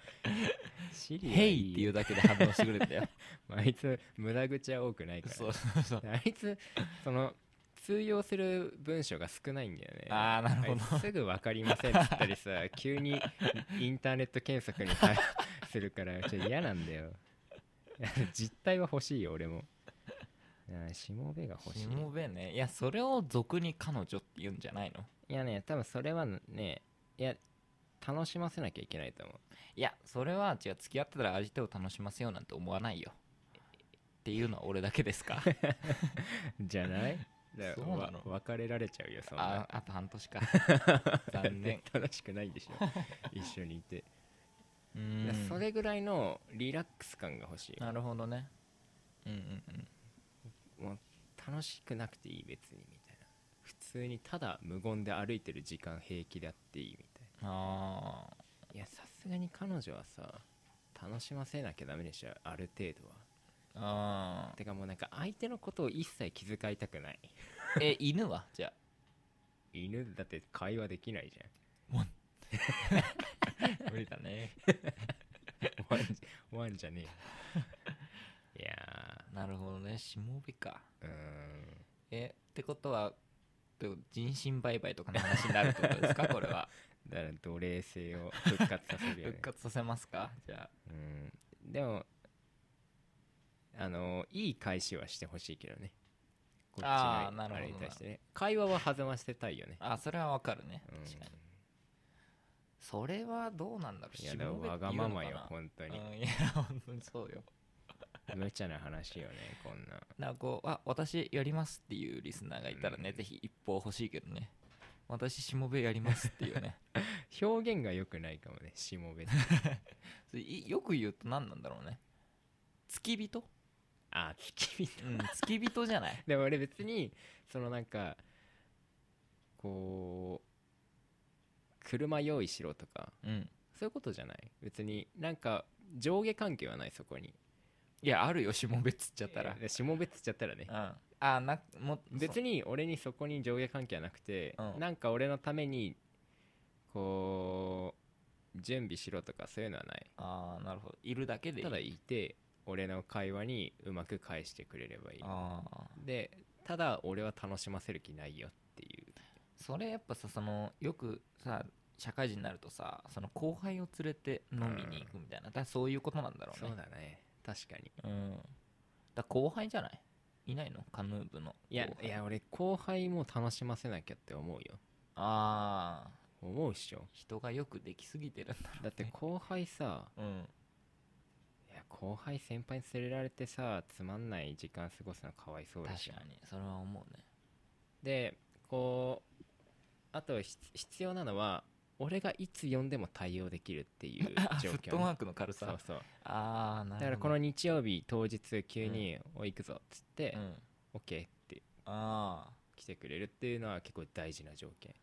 S1: シリは
S2: ヘイっていうだけで反応してくれたよ
S1: まああいつ無駄口は多くないから
S2: そうそうそう
S1: あいつその通用する文章が少ないんだよね
S2: あーなるほど
S1: あいつすぐ分かりませんっつったり
S2: [laughs]
S1: さ急にインターネット検索に対するからちょっと嫌なんだよ [laughs] 実態は欲しいよ俺もあーしもべが欲しい
S2: しもべねいやそれを俗に彼女って言うんじゃないの
S1: いやね多分それはねいや楽しませなきゃいけないと思う
S2: いやそれは違う付き合ってたら相手を楽しませようなんて思わないよっていうのは俺だけですか
S1: じゃないだか
S2: そ
S1: ら
S2: うな
S1: わ
S2: の
S1: 別れられちゃうよそんな
S2: ああと半年か残念
S1: [laughs] 楽しくないでし
S2: [laughs]
S1: ょ一緒にいて
S2: う
S1: いや
S2: ん
S1: それぐらいのリラックス感が欲しい
S2: なるほどねうんうんうん
S1: もう楽しくなくていい別にみたいな普通にただ無言で歩いてる時間平気であっていいみたい
S2: ああ
S1: ないやさすがに彼女はさ楽しませなきゃダメでしょある程度は
S2: あ
S1: てかもうなんか相手のことを一切気遣いたくない
S2: ーえ犬はじゃ
S1: 犬だって会話できないじ
S2: あ無理だね
S1: ゃんワンワンじゃ [laughs] ねえよいや
S2: なるほどねしもべか
S1: ーうーん
S2: えってことはどう人身売買とかの話になるってことで
S1: [laughs]
S2: すかこれは
S1: だから奴隷性を [laughs] 復活させるよ
S2: 復
S1: ね
S2: 活させますかじゃあ
S1: うんでもあのいい返しはしてほしいけどねこっちの
S2: あーなる
S1: あ
S2: ほど
S1: れに対してね会話は弾ませたいよね、
S2: あそれはわかるね
S1: うん、
S2: 確かに、それはどうなんだろう
S1: いや
S2: し
S1: だか
S2: もべ
S1: らわ
S2: って
S1: が
S2: 言う
S1: ま
S2: のか
S1: ま
S2: な
S1: よ本当に、
S2: うんいや本当にそうよ
S1: 無茶な話よねこんな
S2: なんかこうあ私やりますっていうリスナーがいたらね、
S1: うん
S2: ぜひ一報欲しいけどね私しもべやりますってい
S1: [laughs]
S2: うね
S1: 表現が良くないかもねしもべ
S2: [laughs]
S1: って
S2: それいよく言うと何なんだろうね付き人
S1: あー月見
S2: うん付き人じゃない
S1: でも俺別にそのなんかこう車用意しろとか
S2: うん
S1: そういうことじゃない別になんか上下関係はないそこに
S2: いやあるよしもべっつっちゃ
S1: [laughs]
S2: ったら、
S1: えーしもべっつっちゃったらね
S2: うんあなも
S1: 別
S2: に
S1: に俺にそこに上下関係はなくて、
S2: うん
S1: なんか俺のためにこう準備しろとかそういうのはない
S2: ああなるほどいるだけでいい
S1: ただいて俺の会話にうまく返してくれればいい
S2: ああ
S1: でただ俺は楽しませる気ないよっていう
S2: それやっぱさそのよくさ社会人になるとさその後輩を連れて飲みに行くみたいな、だからそういうことなんだろうね
S1: だね確かに
S2: うんだから後輩じゃないいないのカヌー部の
S1: いや
S2: 後輩
S1: いや俺後輩も楽しませなきゃって思うよ
S2: ああ
S1: 思うっしょ
S2: 人がよくできすぎてるんだ
S1: だって後輩さ
S2: うん
S1: いや後輩先輩に連れられてさつまんない時間過ごすのかわいそうだし
S2: 確かにそれは思うね
S1: でこうあとひ必要なのは俺がいつ呼んでも対応できるって
S2: [laughs]
S1: いう状
S2: フット
S1: 況
S2: ワークの軽
S1: そ
S2: さ
S1: うそう
S2: ああなるほど
S1: だからこの日曜日当日急に「おい行くぞ」っつって
S2: うん
S1: 「OK」って
S2: ああ
S1: 来てくれるっていうのは結構大事な条件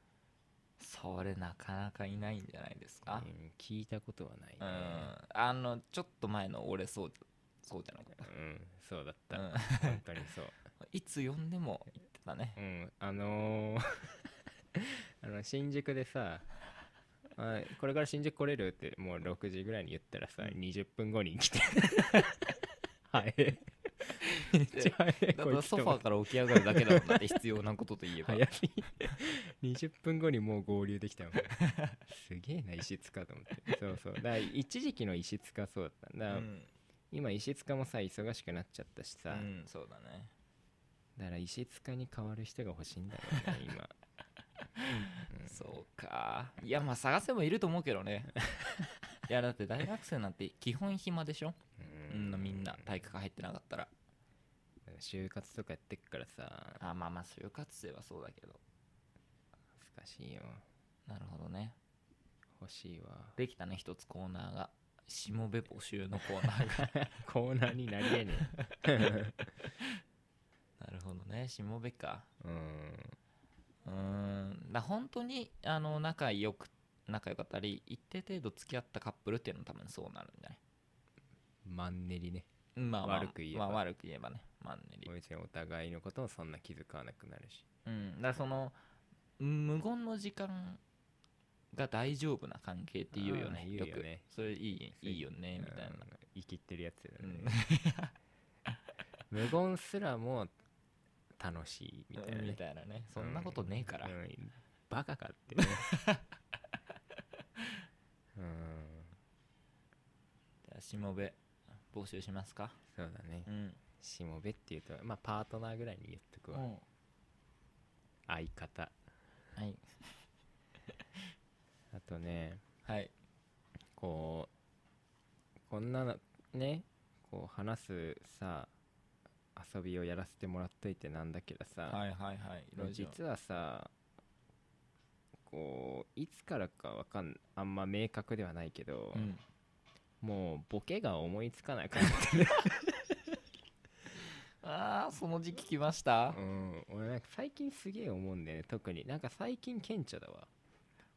S2: それなかなかいないんじゃないですか
S1: うん聞いたことはないうね
S2: んあのちょっと前の俺そうそうじゃなかっ、
S1: うんそうだったた
S2: うん [laughs]
S1: 本当にそう
S2: いつ呼んでも言ってたね
S1: うんあのー [laughs] あの新宿でさあこれから新宿来れるってもう6時ぐらいに言ったらさ20分後に来
S2: [laughs]
S1: てはいめっちゃ早いこ
S2: だか
S1: い
S2: ら
S1: つ
S2: ソ
S1: と
S2: フ
S1: 思
S2: ァ
S1: っ
S2: ーから起き上がるだけだもんだ [laughs] って必要なことといえ
S1: て
S2: ば
S1: 早い20分後にもう合流できたもんすげえな石塚と思ってそうそうだから一時期の石塚そうだっただ
S2: う
S1: から
S2: ん、
S1: 今石塚もさ忙しくなっちゃったし
S2: う
S1: さ、
S2: ん、そうだね
S1: だから石塚に代わる人が欲しいんだよね今
S2: そうかいやまあ探せばいると思うけど [laughs] ねいやだって大学生なんて基本暇でしょ、
S1: う
S2: うん、みんな体育が入ってなかったら
S1: なんか就活とかやってっからさ
S2: あまあまあ就活生はそうだけど
S1: 難しいよ
S2: なるほどね
S1: 欲しいわ
S2: できたね一つコーナーがしもべ募集のコーナー [laughs] が
S1: コーナーになりえね
S2: なるほどねしもべか
S1: え [laughs] うん
S2: うーんだ本当にあの仲良く仲良かったり一定程度付き合ったカップルっていうのは多分そうなるんじゃない
S1: マンネリね
S2: まあ、まあ、
S1: 悪く言えば
S2: まあ、悪く言えばねマンネリ
S1: 別にお互いのこともそんな気遣わなくなるし
S2: うんだからその無言の時間が大丈夫な関係って言うよ
S1: あ
S2: ね
S1: ー言うよね
S2: よくそれいいいいよねみたいな
S1: うん生きってるやつだよ
S2: う
S1: ね
S2: ん、
S1: 無言すらも楽しいみた
S2: [laughs]
S1: いな、
S2: み
S1: ね、
S2: たいなねそんなことねえから、
S1: うんバカかってね [laughs] うん
S2: じゃあしもべ募集しますか
S1: そうだね
S2: うん、
S1: しもべっていうとまあパートナーぐらいに言っとくわ、相方
S2: はい
S1: あとね
S2: はい
S1: こうこんなのねこう話すさ遊びをやらせてもらっといてなんだけどさ、
S2: はいはいはい
S1: もう実はさこういつからかわかんあんま明確ではないけど、
S2: うん
S1: もうボケが思いつかなくなってね、
S2: ああその時期来ました
S1: う、
S2: [laughs]
S1: ん、俺なんか最近すげえ思うんだよね特になんか最近顕著だわ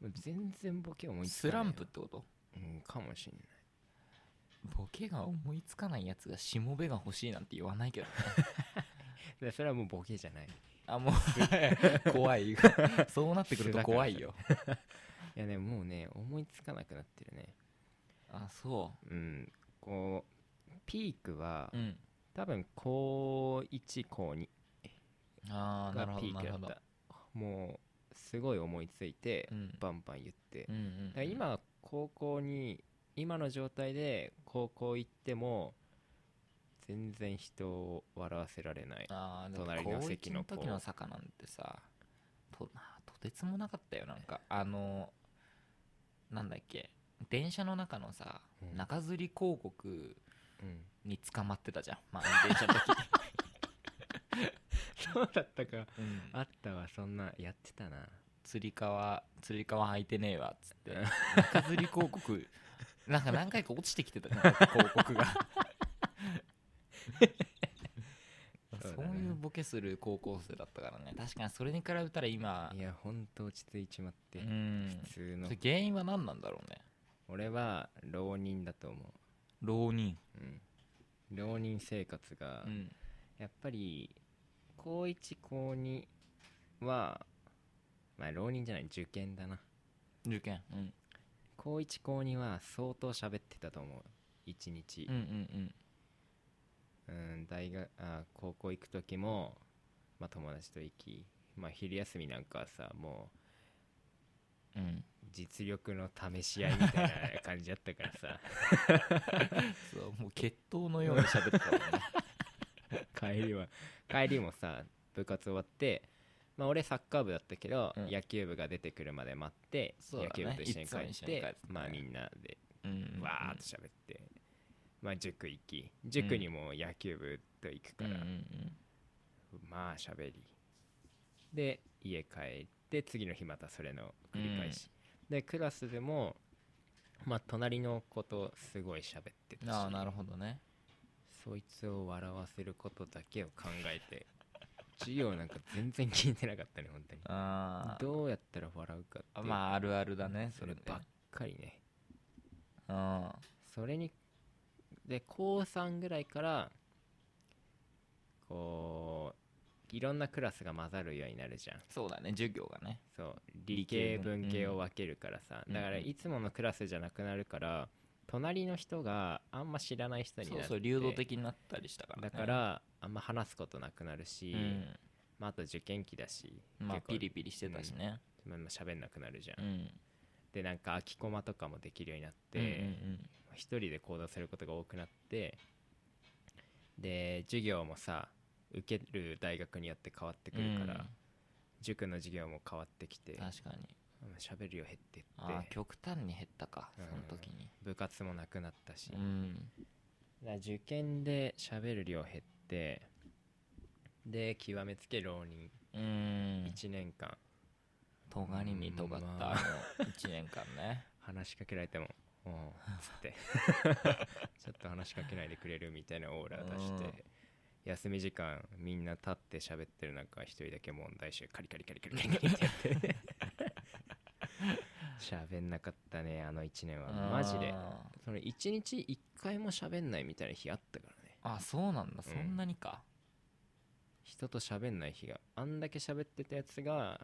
S1: もう全然ボケ思いつか
S2: ス
S1: ない
S2: ラ
S1: よ
S2: ンプってこと
S1: うんかもしんない
S2: ボケが思いつかないやつがしもべが欲しいなんて言わないけどね
S1: でそれはもうボケじゃない
S2: あも
S1: [laughs]
S2: う怖いそうなってくると怖いよ
S1: いやねもうね思いつかなくなってるね
S2: あそ
S1: うんこうピークは、
S2: ううん
S1: 多分高1高2
S2: ああなる
S1: が
S2: ほ
S1: ピ
S2: ど
S1: ーク
S2: なる
S1: だ
S2: ほ
S1: っ
S2: ど
S1: たもうすごい思いついて、
S2: うん
S1: バンバン言って、
S2: うんうん
S1: だから今高校に今の状態で高校行っても全然人を笑わせられない
S2: ああでも
S1: 隣
S2: 高
S1: の席
S2: 1
S1: の
S2: の
S1: 子
S2: 時の坂なんてさとなとてつもなかったよなんかあのなんだっけ電車の中のさ、
S1: うん
S2: 中吊り広告
S1: うん
S2: に捕まってたじゃんまあ電車の
S1: [laughs]
S2: 時、
S1: そうだったか
S2: うん
S1: あったわそんなやってたな
S2: 釣り革釣り革履いてねえわっつって中吊り広告 [laughs] なんか何回か落ちてきてたね広
S1: [laughs]
S2: 告が
S1: そうだね
S2: そういうボケする高校生だったからね確かにそれに比べたら今
S1: いやほんと落ち着いちまって、
S2: うん
S1: 普通の
S2: それ原因は何なんだろうね
S1: 俺は浪人だと思
S2: 浪人
S1: う、うん、浪人生活が、
S2: うん
S1: やっぱり高1高2はまあ浪人じゃない受験だな
S2: 受験うん
S1: 高1高2は相当喋ってたと思う一日
S2: うん、うん
S1: うん、大学あ高校行く時も、まあ、友達と行き、まあ、昼休みなんかはさもう
S2: うんうん
S1: 実力の試し合いみたいな感じだったから
S2: [laughs]
S1: さ
S2: [laughs] そうもう血統のように喋ってたもんね
S1: 帰りは帰りもさ部活終わってまあ俺サッカー部だったけど、
S2: うん
S1: 野球部が出てくるまで待って、
S2: そう
S1: 野
S2: だね
S1: 球部と一緒に帰っ
S2: いつも一
S1: て
S2: 緒に帰ってたね
S1: まあみんなで
S2: う
S1: [laughs]
S2: ん
S1: わーっと喋って、まあ塾行き塾にも野球部と行く
S2: う
S1: か
S2: ん
S1: ら、
S2: うんうん
S1: まあ喋りで家帰って次の日またそれの繰り返し、でクラスでもまあ隣の子とすごい喋ってたし
S2: ああなるほどね
S1: そいつを笑わせることだけを考えて [laughs] 授業なんか全然聞いてなかったね本当に
S2: あ
S1: どうやったら笑うかって
S2: あまああるあるだねそ
S1: そ
S2: れ
S1: れ
S2: ね
S1: ばっかりね
S2: うん
S1: それにで高3ぐらいからこういろんなクラスが混ざるようになるじゃん
S2: そうだね授業がね
S1: そう理
S2: 理
S1: 系
S2: 系
S1: 文
S2: 文
S1: 系
S2: う
S1: を
S2: ん
S1: 分けるからさ、
S2: うん
S1: だから
S2: うん
S1: いつものクラスじゃなくなるから隣の人があんま知らない人にな
S2: そ
S1: っ
S2: う
S1: て
S2: そう流動的になったりしたから、ね、
S1: だからあんま話すことなくなるし、
S2: うん
S1: まあ、あと受験期だし、
S2: まあ
S1: 結構
S2: ピリピリしてたしね
S1: まあまあ喋んなくなるじゃん、
S2: うん、
S1: でなんか空きコマとかもできるようになって、
S2: うんうん
S1: 一人で行動することが多くなってで授業もさ受ける大学によって変わってくるから、塾の授業も変わってきて
S2: うん確かに
S1: 喋るよ減って
S2: ああ
S1: って
S2: 極端に減ったか
S1: う
S2: そ
S1: ん
S2: の時に
S1: 部活もなくなったし、
S2: う
S1: だか
S2: ん
S1: ら受験で喋る量減ってで極めつけ浪人
S2: うん
S1: 1年間
S2: 尖りに尖った、
S1: まあ
S2: あの1年間 [laughs] ね
S1: 話しかけられても「うん」つってちょっと話しかけないでくれるみたいなオーラを出し
S2: うん
S1: て休み時間みんな立って喋ってる中一人だけ問題集カリカリカリカリカリカリってやって喋んなかったねあの1年はマジで
S2: あ
S1: その1日1回も喋んないみたいな日あったからね
S2: ーあそうなんだそんなにか、
S1: 人と喋んない日があんだけ喋ってたやつが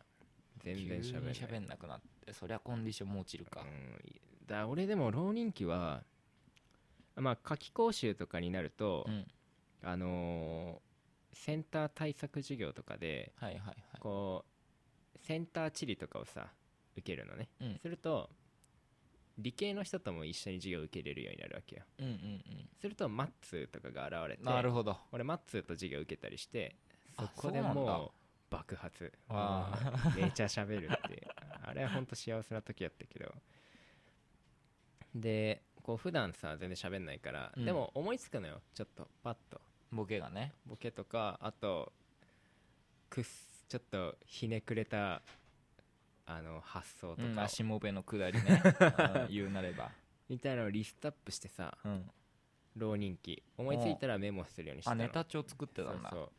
S1: 全然喋んない
S2: 急に喋んなくなってそりゃコンディションも落ちるか、
S1: うん、だ俺でも浪人期はまあ夏期講習とかになると、
S2: うん
S1: あのーセンター対策授業とかで
S2: はいはいはい
S1: こうセンター地理とかをさ受けるのね、
S2: うん
S1: すると理系の人とも一緒に授業を受けれるようになるわけよ
S2: うんうん
S1: するとマッツーとかが現れて
S2: うんなるほど
S1: 俺マッツーと授業受けたりしてそ
S2: あ
S1: こで
S2: そうなんだ
S1: もう爆発
S2: あ
S1: うんめちゃ喋るってあれはほんと幸せな時やったけどでこう普段さ全然喋んないから、
S2: うん
S1: でも思いつくのよちょっとパッと
S2: ボケがね
S1: ボケとかあとくっすちょっとひねくれたあの発想と
S2: うん
S1: かを、
S2: 足もべの下り [laughs] ねうん言うなれば
S1: みたいなのをリストアップしてさ
S2: うん
S1: 浪人期思いついたらメモするようにして
S2: あ
S1: たの
S2: ネタ帳作ってたんだ
S1: そう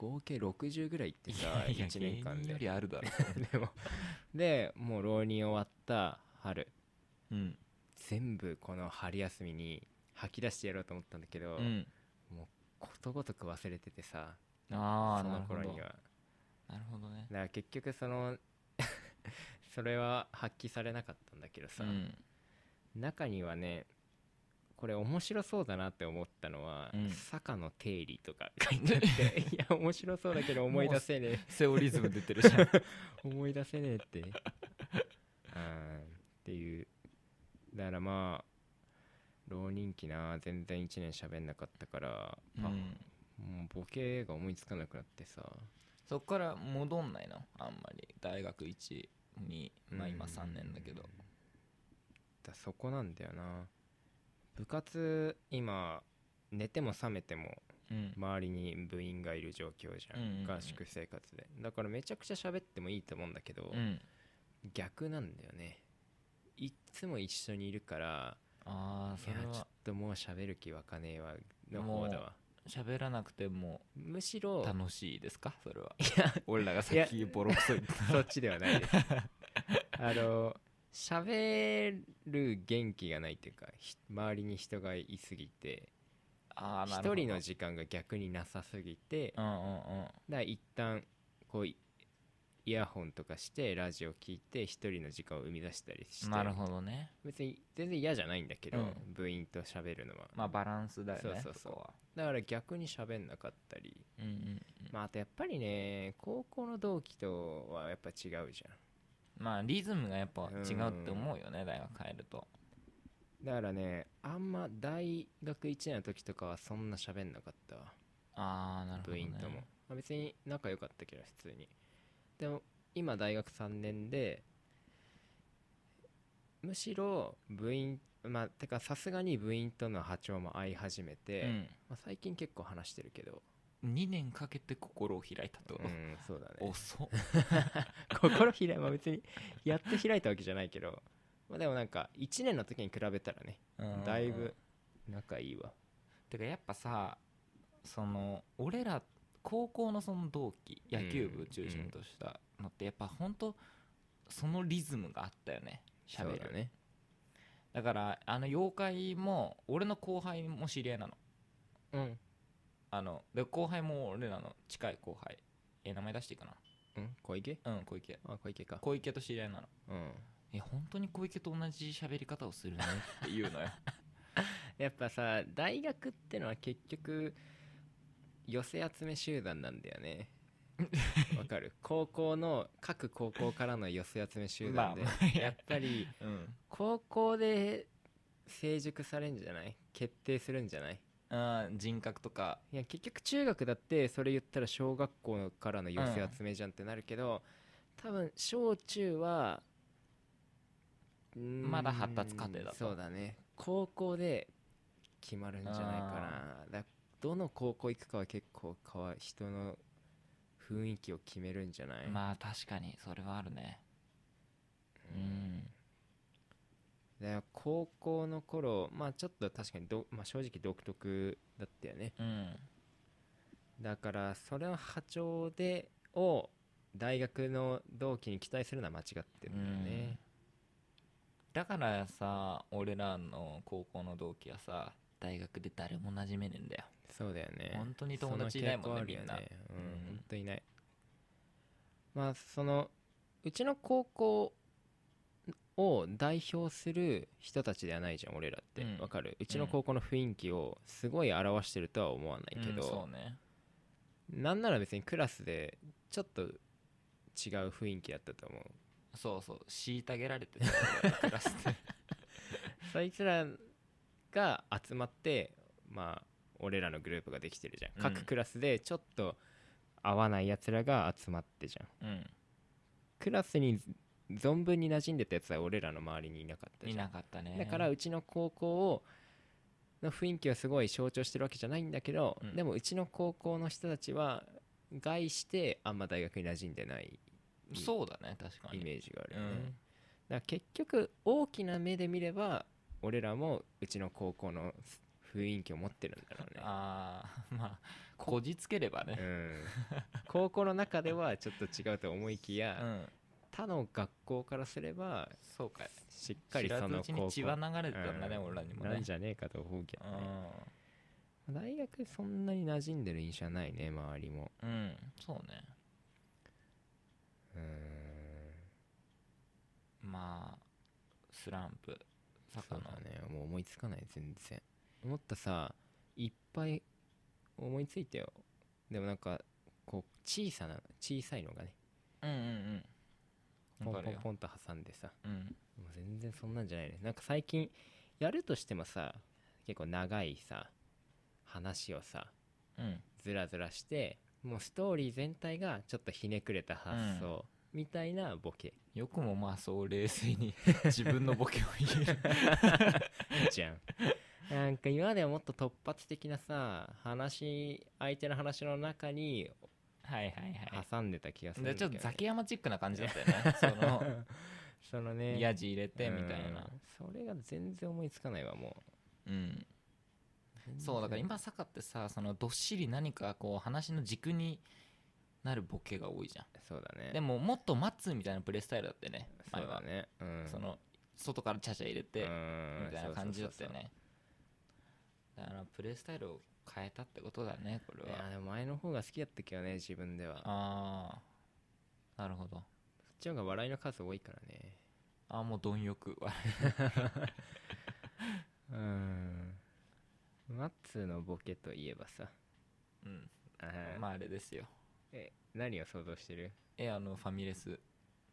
S1: そう合計60ぐらい行ってさ1年間
S2: 芸人よ
S1: で
S2: りあるだろ
S1: でもでもう浪人終わった春
S2: うん
S1: 全部この春休みに吐き出してやろうと思ったんだけど、
S2: うん
S1: ことごとく忘れててさ
S2: ああ
S1: その
S2: なるほど
S1: 頃には
S2: なるほどね
S1: だから結局その [laughs] それは発揮されなかったんだけどさ、
S2: うん
S1: 中にはねこれ面白そうだなって思ったのは「
S2: うん
S1: 坂の定理」とか書いてあって [laughs] いや面白そうだけど思い出せねえ
S2: セオリズム出てるじ [laughs] ゃん
S1: 思い出せねえってうんっていうだからまあ浪人期な全然1年喋んなかったから、
S2: う
S1: あ
S2: ん
S1: もうボケが思いつかなくなってさ
S2: そっから戻んないのあんまり大学1にまあ今3年だけど
S1: だそこなんだよな部活今寝ても覚めても
S2: うん
S1: 周りに部員がいる状況じゃん,、
S2: うんうんうん
S1: 合宿生活でだからめちゃくちゃ喋ってもいいと思うんだけど、
S2: うん
S1: 逆なんだよねいっつも一緒にいるから
S2: ああ
S1: い
S2: そ
S1: や
S2: れ
S1: ちょっ
S2: は
S1: ともう喋る気わかねえわの方だわ
S2: 喋らなくても
S1: むしろ
S2: 楽しいですかそれは俺らがさっきボロクソ言って
S1: [laughs] そっちではないですあの喋る元気がないっていうかひ周りに人がいすぎて
S2: た [laughs] ああなる
S1: 一
S2: ほど
S1: 人の時間が逆になさすぎてだ
S2: う
S1: か
S2: んうんうん
S1: ら一旦こういイヤホンとかしてラジオ聞いて一人の時間を生み出したりして
S2: なるほどね
S1: 別に全然嫌じゃないんだけど、
S2: うん
S1: 部員と喋るのは、
S2: まあバランスだよね
S1: そうそうそう
S2: こは
S1: だから逆に喋んなかったり
S2: うんうんうん
S1: まあ、あとやっぱりね高校の同期とはやっぱ違うじゃ
S2: まあリズムがやっぱ違うって思うよね大学帰ると
S1: んだからねあんま大学1年の時とかはそんな喋んなかったわ
S2: ああなるほど
S1: 部
S2: ね
S1: 員とも、まあ、別に仲良かったけど普通にでも今大学3年でむしろ部員まあてかさすがに部員との波長も合い始めて、まあ、最近結構話してるけど
S2: うん2年かけて心を開いたってこ
S1: う
S2: と
S1: んそうだね
S2: 遅っ
S1: [laughs] 心開いまあ別にやって開いたわけじゃないけど、まあ、でもなんか1年の時に比べたらね
S2: う
S1: [laughs]
S2: ん
S1: だいぶ仲いいわ
S2: てかやっぱさその俺ら高校のその同期野球部中心としたのってやっぱほんとそのリズムがあったよね喋る
S1: そう
S2: だ,、
S1: だね
S2: からあの妖怪も俺の後輩も知り合いなの
S1: うん
S2: あので後輩も俺らの近い後輩え名前出していいか
S1: うん小池
S2: なうん小池
S1: あ小池か
S2: 小池と知り合いなの
S1: うん
S2: え本当に小池と同じ喋り方をするね [laughs] って言うのよ
S1: やっぱさ大学ってのは結局寄せ集め集団なんだよ
S2: [laughs]
S1: ねわかる高校の各高校からの寄せ集め集団で、
S2: まあま [laughs] あ
S1: やっぱり
S2: うん
S1: 高校で成熟されんじゃない決定するんじゃない
S2: あー人格とか
S1: いや結局中学だってそれ言ったら小学校からの寄せ集めじゃんってなるけど、多分小中はうーん
S2: まだ発達過程だと
S1: そうだね高校で決まるんじゃないかなだどの高校行くかは結構かわ人の雰囲気を決めるんじゃない、
S2: まあ確かにそれはあるねうん
S1: だから高校の頃まあちょっと確かにど、まあ、正直独特だったよね
S2: うん
S1: だからそれの波長でを大学の同期に期待するのは間違ってるんだよね、
S2: だからさ俺らの高校の同期はさ大学で誰も馴染めねえんだよ
S1: そうだよね
S2: 本当に友達いないもんねみんな、
S1: う
S2: うんん、
S1: 本当いないまあそのうちの高校を代表する人たちではないじゃん俺らって
S2: うん
S1: わ、かるうちの高校の雰囲気をすごい表してるとは思わないけ
S2: うんそ
S1: ど
S2: う、ね
S1: なんなら別にクラスでちょっと違う雰囲気だったと思う
S2: そうそう虐げられてたよ俺らクラスで
S1: そいつらが集まってまあ俺らのグループができてるじゃん、
S2: うん
S1: 各クラスでちょっと合わないやつらが集まってじゃん
S2: [laughs] [laughs] うん
S1: クラスに存分に馴染んでたやつは俺らの周りにいなかった
S2: い
S1: じゃ
S2: なんかったね
S1: だからうちの高校をの雰囲気をすごい象徴してるわけじゃないんだけど、
S2: うん
S1: でもうちの高校の人たちは害してあんま大学に馴染んでない
S2: そうだね確か
S1: イ
S2: に
S1: メージがあるよね、
S2: うん
S1: だから結局大きな目で見れば俺らもうちの高校の雰囲気を持ってるんだろうね
S2: ああまあこじつければ
S1: う
S2: ね [laughs]
S1: ん、高校の中ではちょっと違うと思いき
S2: う
S1: や、
S2: ん
S1: 他の学校からすれば
S2: そうか
S1: しっか
S2: 知
S1: りそ
S2: らず
S1: の
S2: うちに血は流れてたんだね
S1: うん
S2: 俺らにも
S1: な
S2: ね
S1: んじゃねえかと思うけど
S2: う
S1: ね、大学そんなに馴染んでる印象ないね周りも
S2: んうんそうね
S1: うーん
S2: まあスランプ
S1: そう
S2: 坂の
S1: だねもう思いつかない全然もっとさいっぱい思いついてよでもなんかこう小さな小さいのがね
S2: うんうんうん
S1: ポン
S2: わ
S1: ポ
S2: か
S1: ン
S2: るよ
S1: ポンと挟んでさ
S2: うん
S1: もう全然そんなんじゃないねなんか最近やるとしてもさ結構長いさ話をさ
S2: うん
S1: ずらずらしてもうストーリー全体がちょっとひねくれた発想みたいなボケ
S2: よくもまあそう冷静に [laughs] 自分のボケを言える
S1: じゃんなんか今まではもっと突発的なさ話相手の話の中に
S2: [laughs] はいはいは
S1: 挟んでた気がす
S2: い
S1: るんだ
S2: で
S1: けど
S2: ちょ
S1: ね、
S2: っとザキヤマチックな感じだったよね [laughs] その
S1: [laughs] そのね
S2: ヤジ入れて
S1: うん
S2: みたいな
S1: それが全然思いつかないわも
S2: うん
S1: う
S2: そうだから今坂ってさそのどっしり何かこう話の軸になるボケが多いじゃ
S1: そうだね
S2: んでももっと待つみたいなプレイスタイルだったよね
S1: そ
S2: 前
S1: うだ
S2: は
S1: ねうん
S2: その外からちゃちゃ入れて
S1: うん
S2: みたいな感じだったよねだからプレイスタイルを変えたってことだね
S1: そ
S2: こ
S1: うそうそ
S2: れ
S1: ういや
S2: は
S1: でも前の方が好きだったけどね自分ではそっ
S2: ああなるほど
S1: ちの方が笑いの数多いからね
S2: ああもう貪欲
S1: うんマッツーのボケといえばさ
S2: うん
S1: あー
S2: まああれですよ
S1: え何を想像してる
S2: えあのファミレス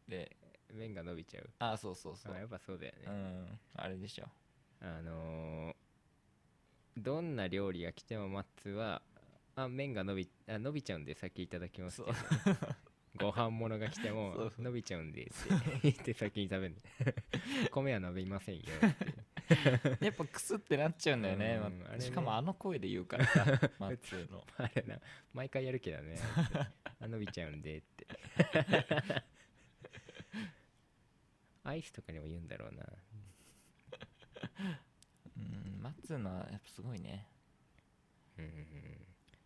S2: で
S1: 麺が伸びちゃう
S2: ああそうそうそう
S1: あやっぱそうだよ
S2: う
S1: ね、
S2: んあれでしょ
S1: あのーどんな料理が来てもマッツーはあ麺が伸びあ伸びちゃうんで先いただきます
S2: そ
S1: っ
S2: う
S1: て [laughs] ご飯ものが来て
S2: [laughs] そ
S1: も
S2: う
S1: 伸びちゃうんでって言って [laughs] 先に食べる米は伸びませんよ [laughs] って
S2: [laughs] やっぱクスってなっちゃうんだよね,
S1: う
S2: ま、
S1: んあれね
S2: しかもあの声で言
S1: [laughs]
S2: うからさマッツーの
S1: あれな毎回やるけど
S2: [laughs]
S1: ねあ伸びちゃうんでって [laughs] アイスとかにも言うんだろうな
S2: うんマッツーのはやっぱすごいね
S1: うん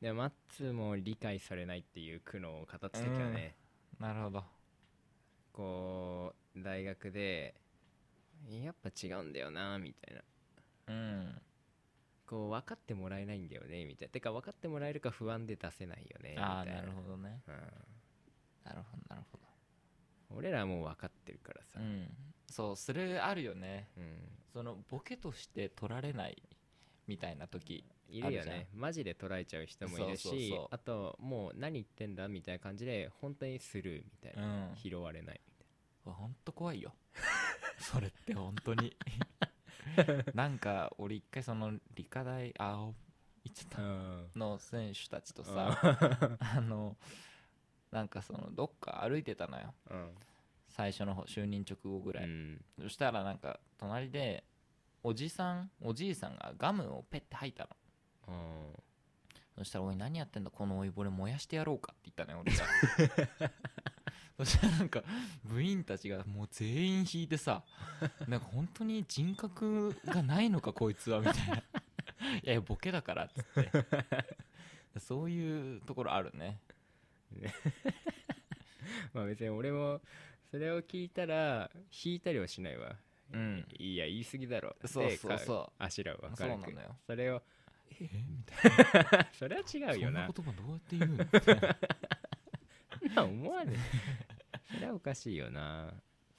S1: でもマッツーも理解されないっていう苦悩を語ってたけどね、
S2: なるほど
S1: こう大学でやっぱ違うんだよなみたいな
S2: うん
S1: こう分かってもらえないんだよねみたいなてか分かってもらえるか不安で出せないよねみたいな
S2: ああなるほどね
S1: う
S2: なるほどなるほ
S1: ん、俺らはもう分かってるからさ
S2: どうんそうそれあるよね
S1: うん
S2: そのボケとして取られないみたいな時
S1: いるよ
S2: あるじゃん
S1: ねマジで捉えちゃう人もいるし
S2: そうそうそう
S1: あともう何言ってんだみたいな感じで本当にスルーみたいうな、
S2: ん
S1: 拾われない
S2: ほんと怖いよ [laughs] それって本当
S1: [laughs]
S2: になんか俺一回その理科大あお言っちゃった
S1: ん
S2: の選手たちとさ [laughs] あのなんかそのどっか歩いてたのよ
S1: うん
S2: 最初の方就任直後ぐらい、そしたらなんか隣でおじさんおじいさんがガムをペッて吐いたの
S1: うん
S2: そしたら「おい何やってんだこの老いぼれ燃やしてやろうか」って言ったのよ俺がそしたらなんか部員たちがもう全員引いてさなんか本当に人格がないのかこいつはみたいないやいやボケだからっつってそういうところあるね
S1: まあ別に俺もそれを聞いたら引いたりはしないわ
S2: うん
S1: いや言い過ぎだろ
S2: そうそうそう
S1: うあしらを分か
S2: そう
S1: る
S2: なのよ
S1: それを [laughs]
S2: えみたい
S1: それは
S2: な
S1: 違う
S2: そ
S1: よ
S2: んな
S1: な
S2: 言葉どうやって言うのみたいな
S1: そんな思わねえ [laughs] それはおかしいよな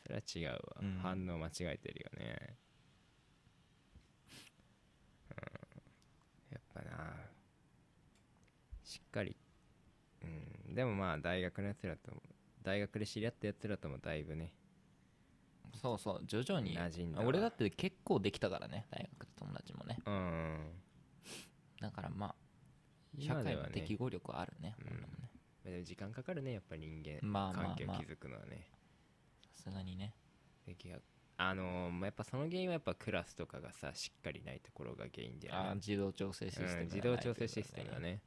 S1: それは違うわ、
S2: うん
S1: 反応間違えてるよね、うん、やっぱなしっかりうんでもまあ大学のやつらとも大学で知り合ったやつらともだいぶね
S2: [laughs] そうそう徐々に
S1: 馴染んだわ
S2: 俺だって結構できたからね大学の友達もね
S1: うん
S2: だからまあ社
S1: 今で
S2: 会
S1: は
S2: の
S1: ね
S2: 適合力はあるね
S1: うん
S2: こんなもんね
S1: まあでも時間かかるねやっぱ人間
S2: まあまあ
S1: 関係を
S2: まあ
S1: 築くのはね
S2: さすがにね
S1: できやあのーまあやっぱその原因はやっぱクラスとかがさしっかりないところが原因だよね
S2: あー自動調整システムが
S1: うん
S2: ない
S1: 自動調整システムだ
S2: という
S1: ね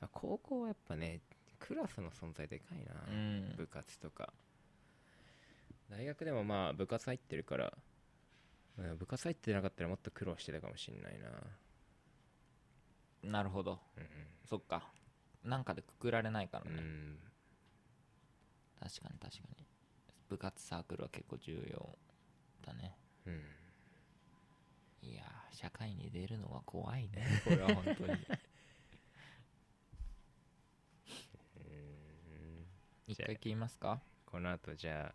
S1: あ高校はやっぱねクラスの存在でかいな
S2: ことだ、ね
S1: 部活とか大学でもまあ部活入ってるから、うん部活入ってなかったらもっと苦労してたかもしんないな
S2: うんなるほど
S1: う
S2: そっかなんかでくくられないから
S1: ん、う
S2: ね、
S1: ん、
S2: 確かに確かに部活サークルは結構重要だね
S1: うん
S2: いやー社会に出るのは怖いねこれ
S1: [laughs]
S2: は本当に一回切りますか
S1: この後じゃあ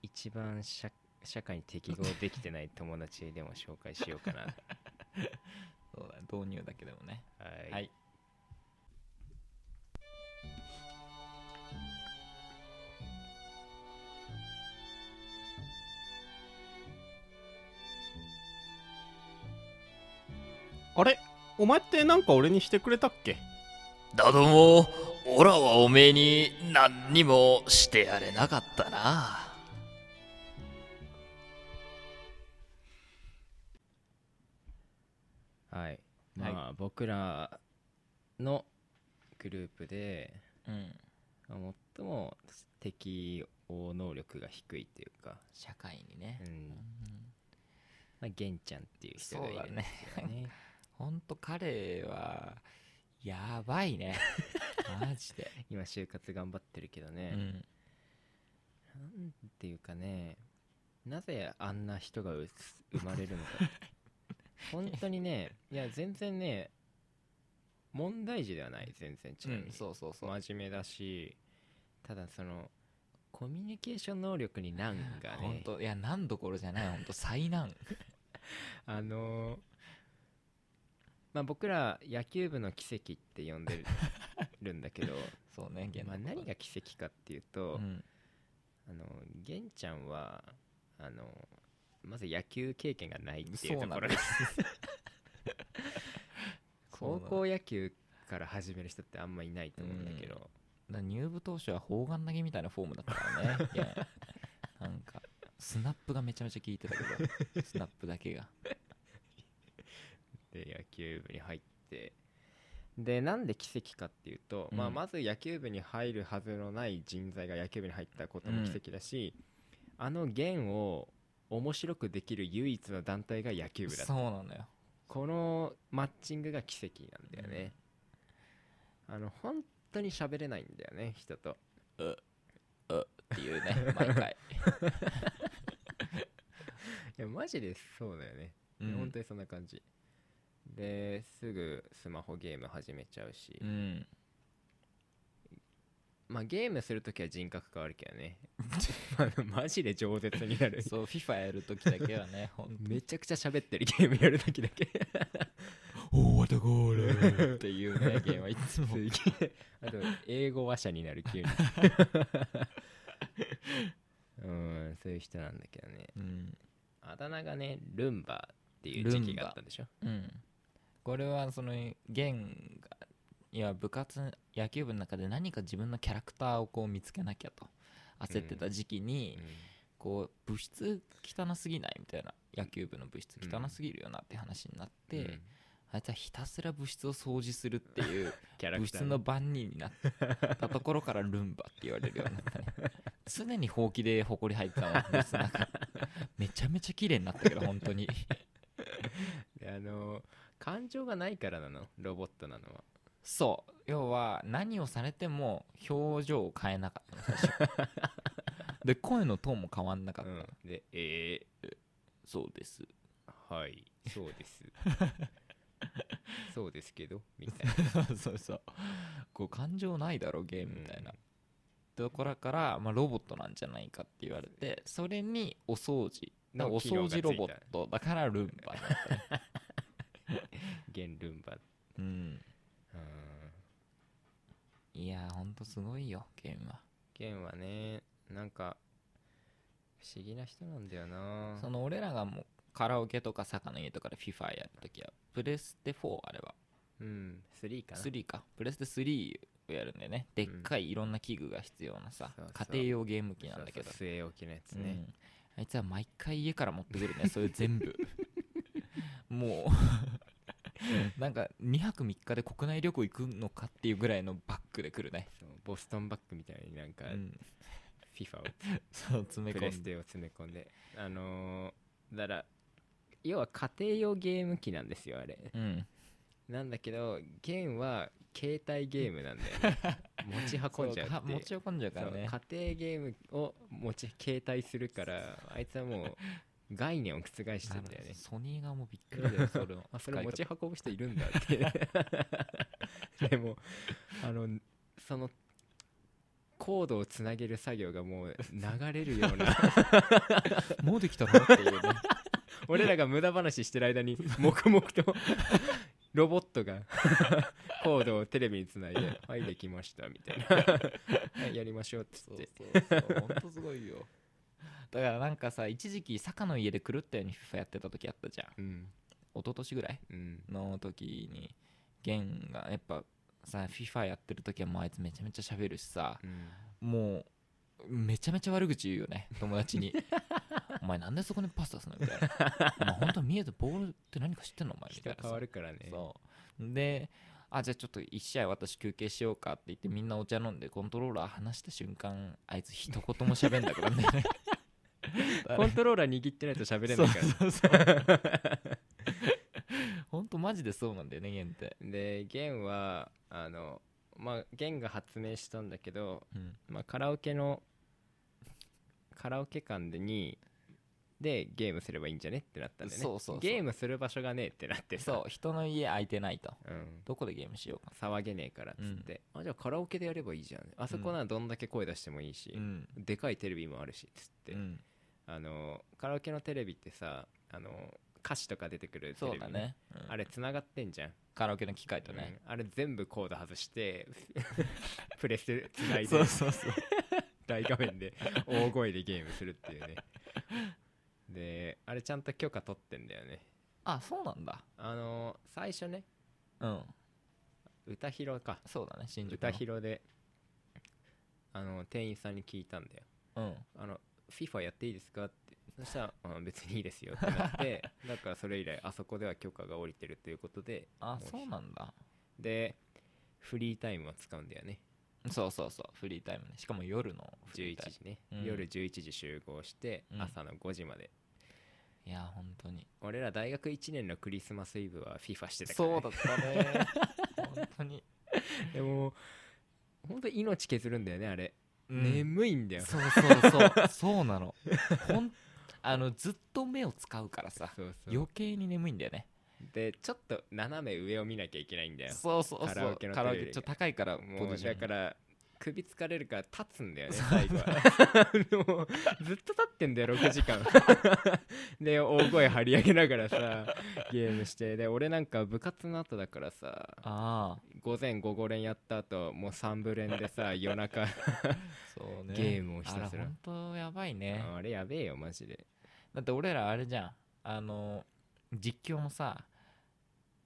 S1: 一番社社会に適合できてない友達でも紹介しよう
S2: [laughs]
S1: かな
S2: そうだね導入だけでもね
S1: はい
S2: はい
S4: あれお前ってなんか俺にしてくれたっけ
S5: だども、オラはおめえに何にもしてやれなかったな。
S1: はい、まあ、僕らのグループで
S2: うん
S1: まあ最も適応能力が低いというか、
S2: 社会にね
S1: う、ん
S2: うん
S1: まあ、玄ちゃんっていう人がいるんです [laughs] よね。
S2: ほんと彼はやば
S1: [laughs]
S2: いねマジで、
S1: 今就活頑張ってるけど
S2: う
S1: ね、
S2: ん、
S1: なんていうかねなぜあんな人がうす生まれ [laughs] るのか本当にねいや全然ね問題児ではない全然ちなみに、
S2: うんそうそうそう
S1: 真面目だしただそのコミュニケーション能力に難が
S2: [laughs] 本
S1: ね
S2: 当いや何どころじゃない本当
S1: [laughs]
S2: 災難
S1: あのーまあ僕ら野球部の奇跡って呼んでるるんだけど、
S2: そうね [laughs] 現
S1: まあ、
S2: 代
S1: 何が奇跡かっていうと、
S2: うん
S1: あの玄ちゃんはあのまず野球経験がないっていうところが [laughs] 高校野球から始める人ってあんまいないと思うんだけど、
S2: だから入部当初は砲丸投げみたいなフォームだったか
S1: [laughs]
S2: らねいやなんかスナップがめちゃめちゃ効いてた
S1: [laughs]
S2: けどスナップだけが
S1: で野球部に入ってでなんで奇跡かっていうと、
S2: うん
S1: まあ、まず野球部に入るはずのない人材が野球部に入ったことも奇跡だし、あの弦を面白くできる唯一の団体が野球部だっ
S2: そ
S1: た
S2: うなのよ
S1: このマッチングが奇跡なんだよね、あの本当に喋れないんだよね人と
S2: っていうね毎
S1: [laughs]
S2: 回、
S1: いやマジでそうだよね、
S2: うん、
S1: 本当にそんな感じですぐスマホゲーム始めちゃうし、
S2: うん
S1: まあゲームするときは人格変わるけどね [laughs] あのマジで饒舌になる
S2: そう FIFA やるときだけ
S1: [laughs]
S2: はねほん
S1: めちゃくちゃ喋ってるゲームやるときだけ
S2: おおわたゴールっていうねゲームはいつも
S1: すげえあと英語話者になる
S2: [laughs]
S1: 急にうんそういう人なんだけどね
S2: うん、
S1: あだ名がねルンバっていう時期があったんでしょ
S2: うん、これはその弦がいや部活野球部の中で何か自分のキャラクターをこう見つけなきゃと焦ってた時期に、こう部室汚すぎないみたいな野球部の部室汚すぎるよなって話になって、
S1: うん
S2: あいつはひたすら部室を掃除するっていう
S1: キャラ
S2: 部
S1: クター
S2: 室の番人になったところからルンバって言われるようになったね常にほうきでほこり入ってたもん部室の中めちゃめちゃ綺麗になったけど本当
S1: [laughs]
S2: に
S1: であの感情がないからなのロボットなのは
S2: そう要は何をされても表情を変えなかったの最
S1: [laughs]
S2: 初で声のトーンも変わんなかった、
S1: うん、でえ
S2: そうです
S1: ー、はいそうです [laughs] そうですけどみたいな
S2: そうそうそうこう感情ないだろゲー
S1: [laughs]
S2: ムみたいな、ところから、まあ、ロボットなんじゃないかって言われてそれにお掃除
S1: の
S2: お掃除ロ
S1: 機能がつい
S2: ボッ
S1: た
S2: トだからルンバなんだ、ね、
S1: ゲンルンバ
S2: うん
S1: うん
S2: いやーほんとすごいよゲームは
S1: ゲンはねなんか不思議な人なんだよな
S2: その俺らがもうカラオケとか坂の家とかで FIFA やるときはプレステ4あれは
S1: うん3かな
S2: 3かプレステ3をやるんだよねでっかいいろんな器具が必要なさ、
S1: そうそう
S2: 家庭用ゲーム機なんだけど
S1: そうそう据え置きのやつ
S2: う
S1: ね、
S2: んあいつは毎回家から持ってくる
S1: [laughs]
S2: ねそれ全部もうなんか2泊3日で国内旅行行くのかっていうぐらいのバッグで来るね、
S1: そうボストンバッグみたいになんか
S2: うん
S1: FIFA を
S2: そう詰め
S1: プ
S2: 込
S1: レス
S2: んで
S1: テを詰め込んであのー、だから要は家庭用ゲーム機なんですよあれ
S2: うん
S1: なんだけどゲンは携帯ゲームなんだよ、ね、
S2: [laughs]
S1: 持ち運んじゃう
S2: そうか
S1: っていう
S2: 持ち運んじゃうからね
S1: そう家庭ゲームを持ち携帯するからあいつはもう概念を覆してんだよ
S2: あの
S1: ね
S2: ソニー側もびっくりだよそれを
S1: [laughs] あそれ持
S2: 使
S1: ち
S2: い
S1: 運ぶ人いるんだって
S2: [laughs]
S1: でもあのそのコードをつなげる作業がもう流れるような
S2: 方もうできたのって
S1: [laughs]
S2: いうね
S1: 俺らが無駄話してる間
S2: [laughs]
S1: に黙々とロボットがコードをテレビにつないで「はいできました」みた
S2: [laughs]
S1: いな「はいやりましょう」っつ
S2: そ
S1: っ
S2: う
S1: て
S2: そうそうほんとすごいよだからなんかさ一時期坂の家で狂ったように FIFA やってた時あったじゃ
S1: う
S2: ん
S1: ん
S2: 一昨年ぐらい
S1: うん
S2: の時にゲンがやっぱさ FIFA やってる時はもうあいつめちゃめちゃ喋るしさ
S1: うん
S2: もうめちゃめちゃ悪口言うよね友
S1: [laughs]
S2: 達にお前なんでそこにパス出すのみたいなお前本当見えてボールって何か知ってんのお前みた
S1: 人
S2: いな
S1: 変
S2: さ
S1: わるからね
S2: そうであじゃあちょっと1試合私休憩しようかって言ってみんなお茶飲んでコントローラー離した瞬間あいつ一言も喋んなくなるんだよね
S1: コントローラー握ってないと喋れないから
S2: そうそうそう [laughs] 本当マジでそうなんだよねゲンって、
S1: でゲンはあのまあゲンが発明したんだけど、
S2: うん、
S1: まあ、カラオケのカラオケ館でにでゲームすればいいんじゃねってなったんでね
S2: そうそうそう
S1: ゲームする場所がねえってなってさ
S2: そう人の家空いてないと
S1: うん、
S2: どこでゲームしようか
S1: 騒げねえからっつって、あじゃあカラオケでやればいいじゃんあそこならどんだけ声出してもいいし、
S2: ん
S1: でかいテレビもあるしっつって、
S2: うん
S1: あのカラオケのテレビってさあの歌詞とか出てくるテレ
S2: そ
S1: ビ
S2: うだね、うん
S1: あれ繋がってんじゃん
S2: カラオケの機械とね、
S1: うんあれ全部コード外して
S2: [laughs]
S1: プレスつないで
S2: そうそうそう
S1: 大画面で大声でゲームするっていうねであれちゃんと許可取ってんだよね
S2: あそうなんだ
S1: あの最初ね
S2: うん
S1: 歌広か
S2: そうだね新宿の
S1: 歌広であの店員さんに聞いたんだよ
S2: うん
S1: あの FIFA やっていいですかってそしたらあ別にいいですよってなって
S2: [laughs]
S1: だからそれ以来あそこでは許可が下りてるということで
S2: あそうなんだ
S1: でフリータイムを使うんだよね
S2: そうそうそうフリータイムねしかも夜のフ
S1: 11
S2: リータイム
S1: 時ね、
S2: うん
S1: 夜11時集合して、
S2: うん
S1: 朝の5時まで
S2: いや本当に
S1: 俺ら大学1年のクリスマスイブは FIFA してたから、
S2: そう
S1: ね、
S2: だったね本当に
S1: でも本当命削るんだよねあれ、
S2: うん
S1: 眠いんだよ
S2: そうそうそうそうな
S1: [laughs]
S2: のほんあのずっと目を使うからさ
S1: そうそう
S2: 余計に眠いんだよね
S1: でちょっと斜め上を見なきゃいけないんだよ
S2: そうそうそう
S1: カラオケの
S2: カラオ
S1: テレ
S2: ケ
S1: ビ
S2: ちょっと高いから
S1: もうだからら首疲れるから立つんだよね最後は [laughs] もうずっと立ってん [laughs] だよ6時間で大声張り上げながらさゲームしてで俺なんか部活の後だからさ
S2: ああ
S1: 午前午後連やった後もう3部連で [laughs] さ夜中
S2: そうね
S1: ゲームをひたすら
S2: あれ本当やばいね
S1: あれやべえよマジで
S2: だって俺らあれじゃんあの実況もさあ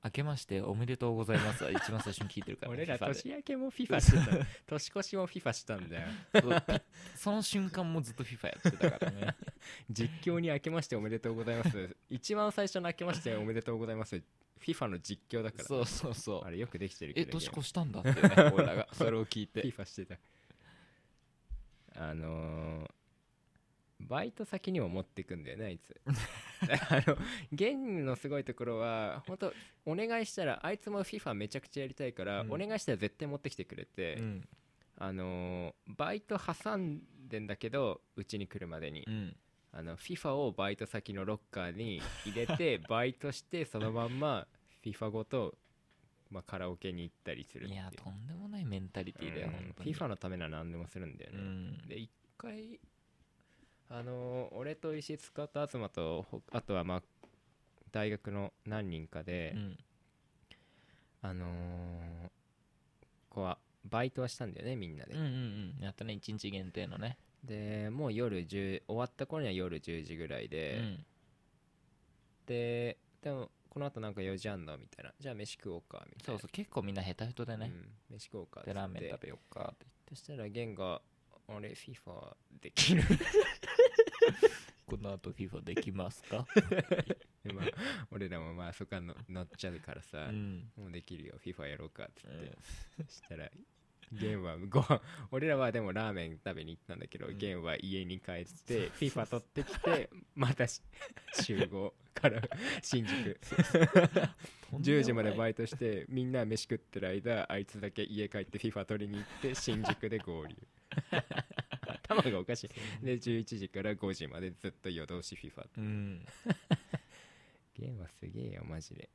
S2: 明けましておめでとうございま
S1: [laughs]
S2: すは一番最初に聞いてるから
S1: 俺ら
S2: FIFA で
S1: 年明けも FIFA してた [laughs] 年越しも FIFA したんだよ
S2: そうピッその瞬間もずっと FIFA やってたか
S1: [laughs]
S2: らね
S1: 実況に明けましておめでとうございます一番最初の明けましておめでとうございます FIFA の実況だから
S2: そうそうそう
S1: あれよくできてるけ
S2: え
S1: ど
S2: 年
S1: ね [laughs]
S2: 越したんだってね俺らがそれを聞いて
S1: FIFA してたあのーバイト先にも持ってくんだよねあいつ
S2: [laughs]
S1: あのゲームのすごいところは本当お願いしたらあいつも FIFA めちゃくちゃやりたいから、
S2: うん
S1: お願いしたら絶対持ってきてくれて、
S2: うん
S1: あのーバイト挟んでんだけどうちに来るまでに、
S2: うん
S1: あの FIFA をバイト先のロッカーに入れ
S2: [laughs]
S1: てバイトしてそのまんま FIFA ごと、まあ、カラオケに行ったりするって
S2: い
S1: いう
S2: やとんでもないメンタリティーだよ
S1: うん
S2: 本当に
S1: FIFA のためなら何でもするんだよね、
S2: うん
S1: で一回あのー俺と石塚と東とほあとはまあ大学の何人かで、
S2: うん
S1: あのーこうはバイトはしたんだよねみんなで、
S2: うんうんうんやったね一日限定のね
S1: でもう夜10終わった頃には夜10時ぐらいで、ででもこの後なんか4時あんのみたいなじゃあ飯食おうかみた
S2: そ
S1: いうな
S2: そう結構みんなヘタヘタでね、
S1: うん飯食おうかっつって
S2: でラーメン食べようかって
S1: そしたらゲンがあれ FIFA でき
S2: [laughs]
S1: る
S2: この後 FIFA できます
S1: [laughs]
S2: か、
S1: でまあ、俺らもまあそこはの乗っちゃうから
S2: う
S1: さ、
S2: ん、
S1: もうできるよ FIFA やろうかっつって、そしたらゲンはご飯俺らはでもラーメン食べに行ったんだけど、
S2: うん
S1: ゲンは家に帰って FIFA 取ってきてまたし集合から新宿10時までバ
S2: イ
S1: イトしてみんな飯食ってる間あいつだけ家帰って FIFA 取りに行って新宿で
S2: [laughs]
S1: 合流頭がおかしいで11時から5時までずっと夜通し FIFA
S2: トうん
S1: ゲームはすげえよマジで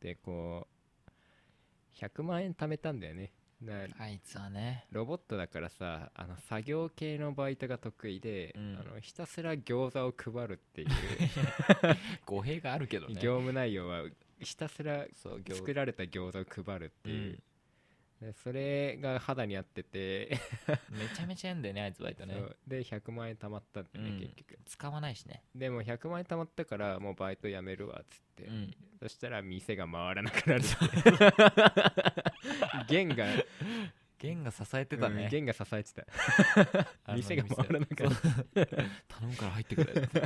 S1: でこう100万円貯めたんだよねな
S2: あいつはね
S1: ロボットだからさあの作業系のバイトが得意で、
S2: うん
S1: あのひたすら餃子を配る
S2: [laughs]
S1: っていう
S2: 語弊があるけどね
S1: 業務内容はひたすら
S2: そう業
S1: 作られた餃子を配るっていう、でそれが肌に合ってて、
S2: めちゃめちゃやんだよねあいつバイトね
S1: そうで100万円貯まったんだよね、
S2: うん
S1: 結局
S2: 使わないしね
S1: でも100万円貯まったからもうバイト辞めるわっつって、
S2: うん
S1: そしたら店が回らなくなる
S2: [laughs]
S1: 弦が
S2: ゲンが支えてたね、
S1: 弦が支えてた
S2: あの
S1: 店が回らなかった
S2: そう [laughs] 頼むから入ってくれって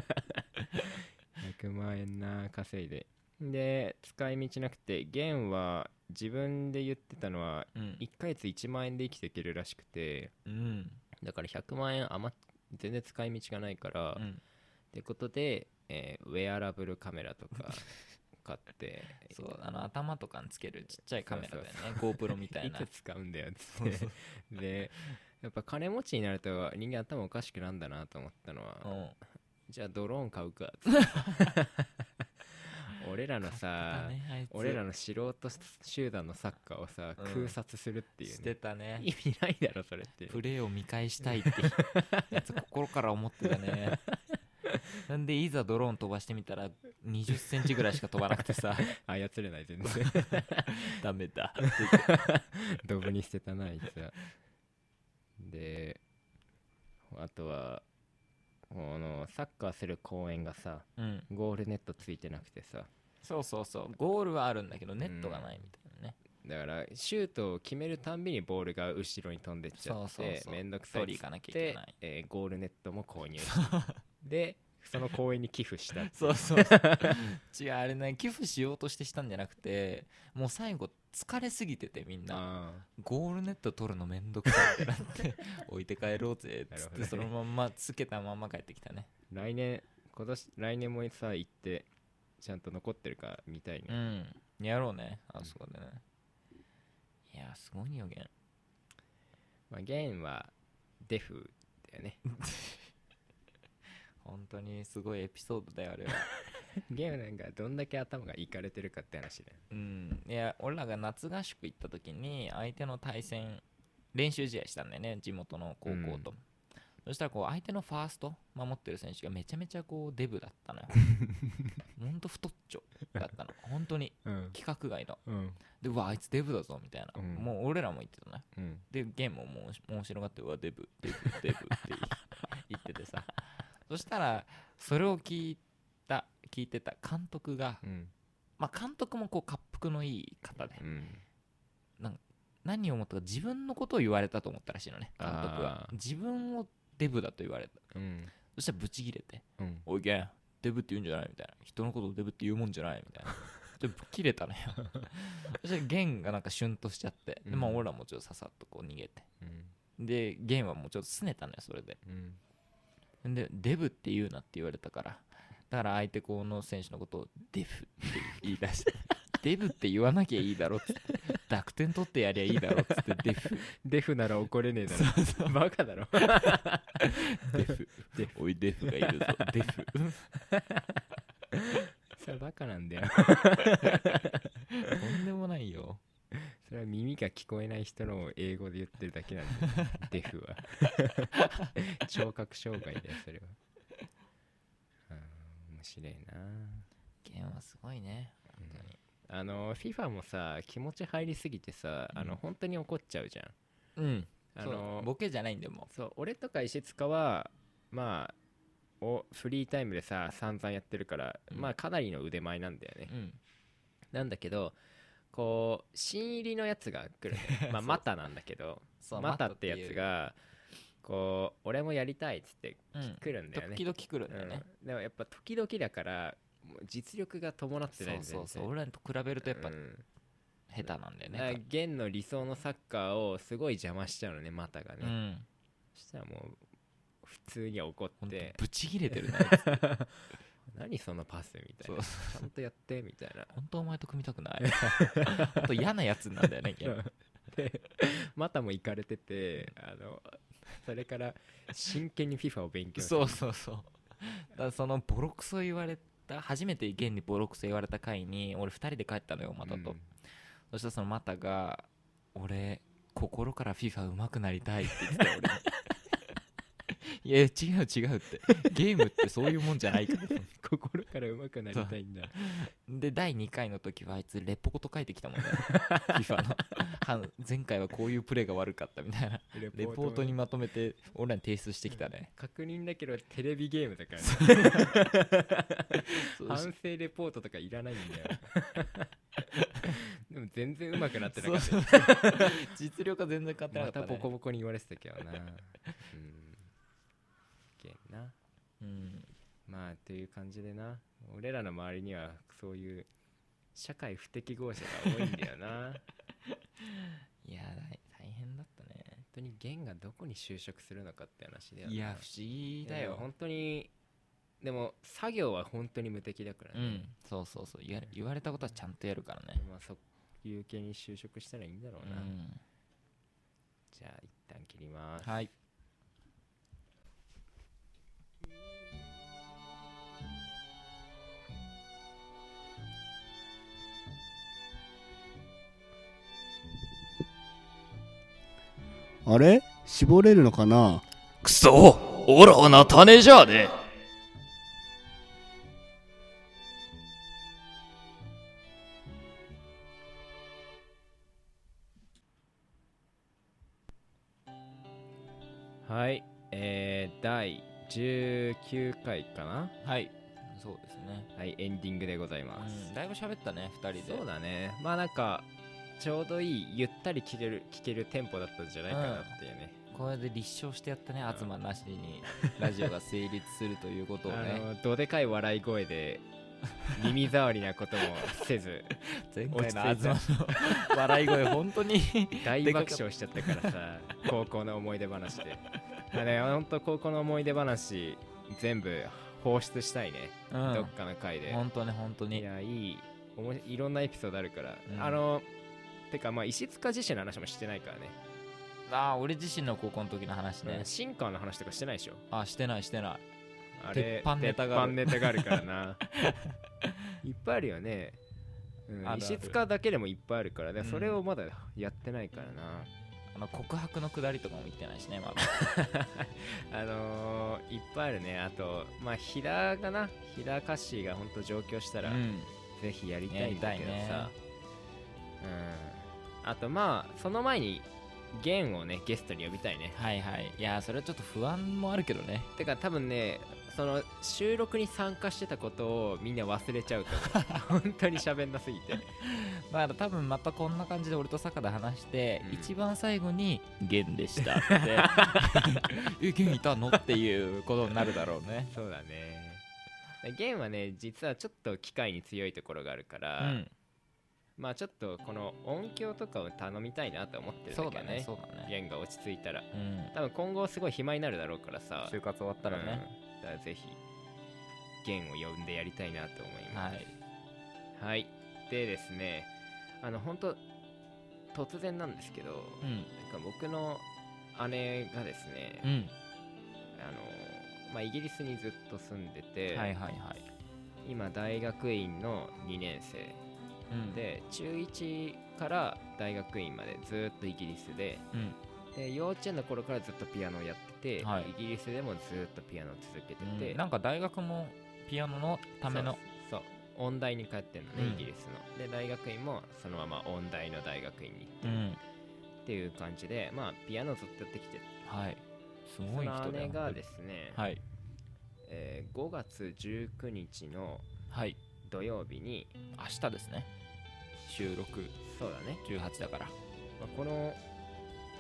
S1: 100万円な稼いでで使い道なくて弦は自分で言ってたのは
S2: うん
S1: 1ヶ月1万円で生きていけるらしくて
S2: うん
S1: だから100万円余っ全然使い道がないから、
S2: う
S1: っ
S2: ん
S1: てことで、えーウェアラブルカメラと
S2: [laughs]
S1: か買って
S2: そうあの頭とかにつけるちっちゃいカメラだよね
S1: そう
S2: GoPro みたいない
S1: つ使うんだよっつって [laughs] でやっぱ金持ちになると人間頭おかしくなんだなと思ったのは、
S2: うん
S1: じゃあドローン買うか
S2: [laughs]
S1: っつって俺らのさ、
S2: 買ってたねあいつ
S1: 俺らの素人集団のサッカーをさ、
S2: うん
S1: 空撮するってい
S2: し
S1: う、
S2: て
S1: ね、
S2: たね
S1: 意味ないだろそれって
S2: プレーを見返した
S1: [laughs]
S2: いってやつ心から思ってたねなんでいざドローン飛ばしてみたら2 0センチぐらいしか飛ばなく
S1: [laughs]
S2: てさ
S1: 操れない全然
S2: ダメだ
S1: ドブに捨てたなあいつはであとはこのサッカーする公園がさ
S2: うん
S1: ゴールネットついてなくてさ
S2: そうそうそうゴールはあるんだけどネットがないみたいなね、
S1: だからシュートを決めるたんびにボールが後ろに飛んでっちゃっ
S2: そうそう
S1: て
S2: そう
S1: めんどくさいっ
S2: 取り
S1: つ
S2: 行かな
S1: っ
S2: きゃいけ
S1: て
S2: ない、
S1: えーゴールネットも購入して
S2: [laughs]
S1: でその公園に寄付したって
S2: そうそうそう違うあれね寄付しようとしてしたんじゃなくてもう最後疲れすぎててみんな
S1: あ
S2: ゴールネット取るのめんどくさいってなって置いて帰ろうぜっつっ
S1: なるほど
S2: て
S1: ね
S2: そのまんまつけたまんま帰ってきたね
S1: ー来年今年来年もさ行ってちゃんと残ってるか見たいね、
S2: うんやろうねあそこでね、いやすごいよゲン
S1: まあ、ゲームはデフだよね
S2: 本当にすごいエピソードだよあ
S1: [laughs]
S2: れは
S1: ゲームなんかどんだけ頭がいかれてるかって話だよ
S2: うんいや俺らが夏合宿行った時に相手の対戦練習試合したんだよね地元の高校と、そしたらこう相手のファースト守ってる選手がめちゃめちゃこうデブだっ
S1: [laughs]
S2: たのよほんと太っちょだったの本当に
S1: うん
S2: 規格外の
S1: うん
S2: でうわあいつデブだぞみたいな、
S1: うん
S2: もう俺らも言ってたね
S1: うん
S2: でゲームをもう面白がってうわデブデブデブって [laughs] 言っててさそしたらそれを聞いた聞いてた監督が、
S1: うん
S2: まあ、監督もこう滑腹のいい方で
S1: うん
S2: 何を思ったか自分のことを言われたと思ったらしいのね監督は
S1: あー
S2: 自分をデブだと言われた
S1: うん
S2: そしたらブチギレて
S1: うん
S2: 「おいけんデブって言うんじゃない」みたいな人のことをデブって言うもんじゃないみたい [laughs] なちょっと切れた [laughs] のよそしたらゲンがなんかシュンとしちゃってで、まあ、
S1: うん
S2: 俺らもちょっとささっとこう逃げて
S1: うん
S2: でゲンはもうちょっと拗ねたのよそれで
S1: うん
S2: でデブって言うなって言われたからだから相手この選手のことをデブって言い出 [laughs] してデブって言わなきゃいいだろっつって濁点取ってやりゃいいだろっつってデブ
S1: デフなら怒れねえだろバカだろ
S2: デフおいデフがいるぞデフ
S1: それはバカなんだよ
S2: [laughs] とんでもないよ
S1: それは耳が聞こえない人の英語で言ってるだけなんだよデフは聴覚障害だよそれはうん面白いな
S2: ゲンはすごいね本当に
S1: あの FIFA もさ気持ち入りすぎてさ、あの本当に怒っちゃうじゃん
S2: うん
S1: あ
S2: そう
S1: の
S2: ボケじゃないんでも
S1: そう俺とか石塚はまあおフリータイムでさ散々やってるから、
S2: うん
S1: まあかなりの腕前なんだよね、
S2: う、うん、
S1: なんだけどこう新入りのやつが
S2: [laughs]
S1: 来るのよまあマタなんだけど
S2: そう
S1: マタ
S2: マタ
S1: っ
S2: って
S1: てや
S2: いう
S1: つがこう俺もやりたいっつって
S2: うん
S1: 来るんだよね、
S2: 時々来るんだよね、
S1: うんでもやっぱ時々だからもう実力が伴って
S2: そ
S1: な
S2: う
S1: いんだ
S2: そ
S1: よ
S2: う
S1: ね
S2: そう俺らと比べるとやっぱ
S1: うん
S2: 下手なんだよ
S1: だから
S2: ね、
S1: 現の理想のサッカーをすごい邪魔しちゃうのねマタがね、
S2: うん
S1: そしたらもう普通に怒っ
S2: 本当
S1: て
S2: ブチ切
S1: [laughs]
S2: れてるね
S1: 何そのパスみたいなちゃんとやってみた
S2: [laughs]
S1: いな
S2: 本当お前と組みたくない本当嫌なやつなんだよねゲン
S1: で [laughs] またも行かれててあのそれから真剣に FIFA を勉強
S2: そうそうそうだからそのボロクソ言われた初めて現にボロクソ言われた回に俺2人で帰ったのよマタと、
S1: うん
S2: そしたらそのマタが「俺心から FIFA 上手くなりたい」って言ってたよ
S1: [laughs]
S2: 俺にいや違う違うってゲームってそういうもんじゃないから
S1: 心から上手くなりたいんだ
S2: で第2回の時はあいつレポート書いてきたも [laughs] んね FIFA のあの前回はこういうプレーが悪かったみたいな
S1: レ
S2: レポートにまとめてオンライン提出してきたね
S1: 確認だけどテレビゲームだから、ね、
S2: そう
S1: 反省レポートとかいらないん
S2: [laughs]
S1: だよでも全然上手くなってな
S2: そ
S1: か
S2: う
S1: った
S2: そう [laughs] 実力は全然変わってなか
S1: また
S2: った、ね、
S1: ボコボコに言われてたけどなうんけんな
S2: うん
S1: まあという感じでな俺らの周りにはそういう社会不適合者が多いんだよ
S2: [laughs]
S1: な本
S2: いや大大変だったね
S1: 当にゲンがどこに就職するのかって話だよない
S2: や不思議だ
S1: いや
S2: よ
S1: 本当にでも作業は本当に無敵だから
S2: う
S1: ね、
S2: んそうそうそう言わ言われたことはちゃんとやるからね
S1: まあそういう系に就職したらいいんだろうな、
S2: うん
S1: じゃあ一旦切ります
S2: はい
S6: あれ絞れるのかな
S5: くそオラはなたねじゃあね
S1: はいえー、第19回かな
S2: はいそうですね、
S1: はいエンディングでございます、
S2: うん、だいぶ喋ったね2人で
S1: そうだねまあなんかちょうどいいゆったり聴ける聴けるテンポだったんじゃないかなっていうね、
S2: これで立証してやったね、東なしにラジオが成立するということを
S1: あ
S2: ね、
S1: のどでかい笑い声で耳障りなこともせ
S2: [laughs]
S1: ず
S2: 前
S1: 回の東
S2: の [laughs] 笑い声、本当に
S1: 大
S2: でかかっ
S1: 爆笑しちゃったからさ高校の思い出話であれほんと高校の思い出話全部放出したいね、
S2: う
S1: どっ
S2: ん、
S1: かの回で
S2: 本当ね、本当
S1: い
S2: に。
S1: やいいおもいろんなエピソードあるから、
S2: うん
S1: あのてかまあ石塚自身の話もしてないからね
S2: ああ、俺自身の高校の時の話ね、
S1: 進化の話とかしてないでしょ
S2: あしてない、してない。
S1: あれ
S2: 鉄板ネタがある
S1: 鉄板ネタがあるから
S2: [laughs]
S1: ないっぱいあるよね、うん
S2: あるある
S1: 石塚だけでもいっぱいあるからね、
S2: うん
S1: それをまだやってないからな
S2: あの告白のくだりとかも言ってないしね、まだ。
S1: あのーいっぱいあるねあとまあ飛騨かな飛騨歌詞が本当上京したら、
S2: うん
S1: ぜひやりたいんだけど
S2: やりたいね
S1: さ、うんあとまあその前にゲンをねゲストに呼びたいね
S2: はいはいいやーそれはちょっと不安もあるけどね
S1: てか多分ねその収録に参加してたことをみんな忘れちゃうと
S2: [laughs]
S1: 思う本当に喋んなすぎて
S2: だから多分またこんな感じで俺と坂で話して、
S1: うん
S2: 一番最後に「ゲンでした」 [laughs] って「えゲンいたの?」っていうことになるだろうね
S1: そうだねゲンはね実はちょっと機械に強いところがあるか
S2: う
S1: ら、
S2: ん
S1: まあちょっとこの音響とかを頼みたいなと思ってるんだ
S2: そう
S1: けど
S2: だ
S1: ね
S2: ねそうだね
S1: ゲンが落ち着いたら
S2: うん
S1: 多分今後すごい暇になるだろうからさ
S2: 就活終わったらね、
S1: うんだからぜひゲンを呼んでやりたいなと思いま
S2: は
S1: す
S2: い
S1: はい、でですねあの本当突然なんですけど、
S2: うん
S1: なんか僕の姉がですね、
S2: うん
S1: あのまあ、イギリスにずっと住んでて、
S2: はいはいはい
S1: 今大学院の2年生
S2: うん
S1: で中1から大学院までずっとイギリスで
S2: うん
S1: で幼稚園の頃からずっとピアノをやってて、
S2: はい
S1: イギリスでもずっとピアノを続けて
S2: うん
S1: て、
S2: なんか大学もピアノのための
S1: そうそう音大に通ってんのね、
S2: うん
S1: イギリスので大学院もそのまま音大の大学院に
S2: う、ん、
S1: っていう感じでまあピアノずっとやってきて
S2: はいす
S1: そ
S2: ごい人だ
S1: の
S2: よ
S1: 姉がですね、
S2: はい
S1: えー5月19日の
S2: はい
S1: 土曜日に
S2: 明日ですね収録
S1: そうだね、
S2: 18だから
S1: まあこの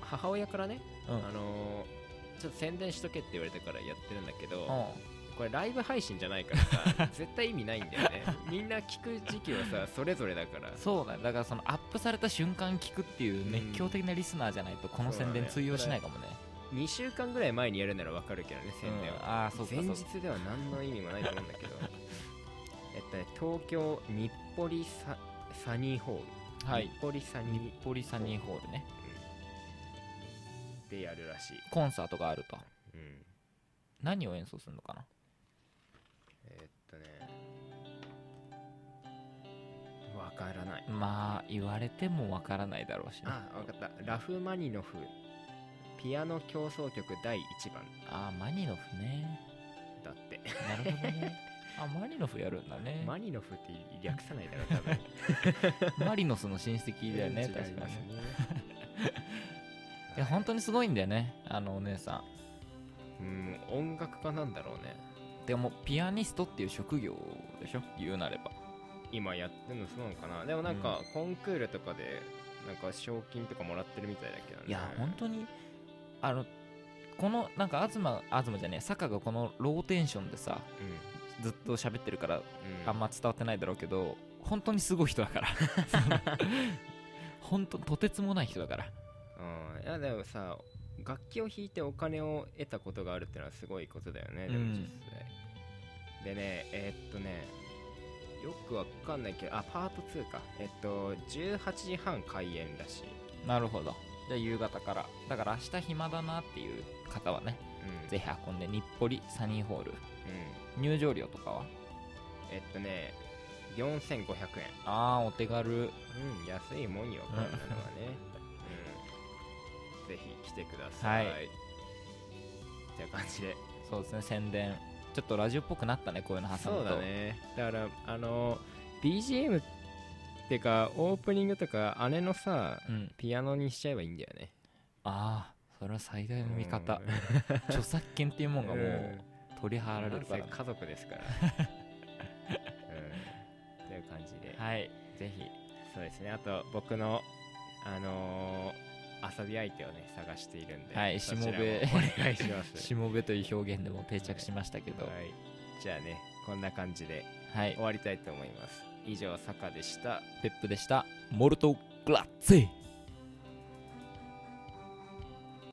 S1: 母親からね、
S2: うん
S1: あのーちょっと宣伝しとけって言われたからやってるんだけど、
S2: うん
S1: これライブ配信じゃないから
S2: [laughs]
S1: さ絶対意味ないんだよねみんな聞く時期はさそれぞれだから
S2: そうだねだからそのアップされた瞬間聞くっていう熱狂的なリスナーじゃないとこの宣伝通用しないかもね
S1: 2週間ぐらい前にやるならわかるけどね宣伝
S2: うん
S1: は、
S2: ああそうか
S1: 前
S2: そうか
S1: 日では何の意味もないと思うんだ
S2: [laughs]
S1: けどえっとね東京日暮里ササニーホール、
S2: は
S1: 日
S2: い
S1: 暮里サニ
S2: 日暮里サニーホールね
S1: ーでやるらしい、
S2: コンサートがあると
S1: うん
S2: 何を演奏するのかな
S1: えっとねわからない
S2: まあ言われてもわからないだろうしね
S1: あわかったラフマニノフピアノ協奏曲第1番
S2: ああマニノフね
S1: だって
S2: なるほど
S1: [laughs]
S2: ねあマリノフやるんだね
S1: マニノフって略さないだろ多
S2: [laughs]
S1: 分
S2: マリノスの親戚だよね
S1: 違い
S2: 確か
S1: ま
S2: に
S1: す
S2: い
S1: ね
S2: や本当にすごいんだよねあのお姉さ
S1: う
S2: ん
S1: ん音楽家なんだろうね
S2: でもピアニストっていう職業でしょ言うなれば
S1: 今やってるのそうなのかなでもなんかコンクールとかでなんか賞金とかもらってるみたいだけどね
S2: いや本当にあのこのなんか東東じゃねえ坂がこのローテンションでさ
S1: う
S2: ずっと喋ってるから
S1: ん、うん、
S2: あんま伝わってないだろうけど本当にすごい人だから本当とてつもない人だから
S1: うんいやでもさ楽器を弾いてお金を得たことがあるってのはすごいことだよねでも
S2: うん
S1: 実際、でねえーっとねよくわかんないけどあパート2かえっと18時半開演らしい、
S2: なるほどじゃあ夕方からだから明日暇だなっていう方はね
S1: うん
S2: ぜひ運んで日暮里サニーホール
S1: うん
S2: 入場料とかは
S1: えっとね4500円
S2: ああお手軽
S1: うん安いもんよ
S2: うん
S1: こんなのはね、うん、ぜひ来てください、
S2: はい
S1: って感じで
S2: そうですね宣伝ちょっとラジオっぽくなったねこういうの挟む
S1: そ
S2: と
S1: うだねだからあの BGM ってかオープニングとか姉のさ
S2: うん
S1: ピアノにしちゃえばいいんだよね
S2: ああそれは最大の味方
S1: うん
S2: [laughs] 著作権っていうもんがも
S1: うん
S2: う取り払われるから
S1: なんせ家族です
S2: [laughs]
S1: から、うん、という感じで、
S2: はいぜひ
S1: そうですねあと僕のあのー遊び相手をね探しているんで
S2: はい
S1: そちらも
S2: しもべ
S1: お願いします
S2: しもべという表現でも定着しましたけど
S1: はいじゃあねこんな感じで
S2: はい
S1: 終わりたいと思います以上坂でした
S2: ペップでしたモルトグラッツェ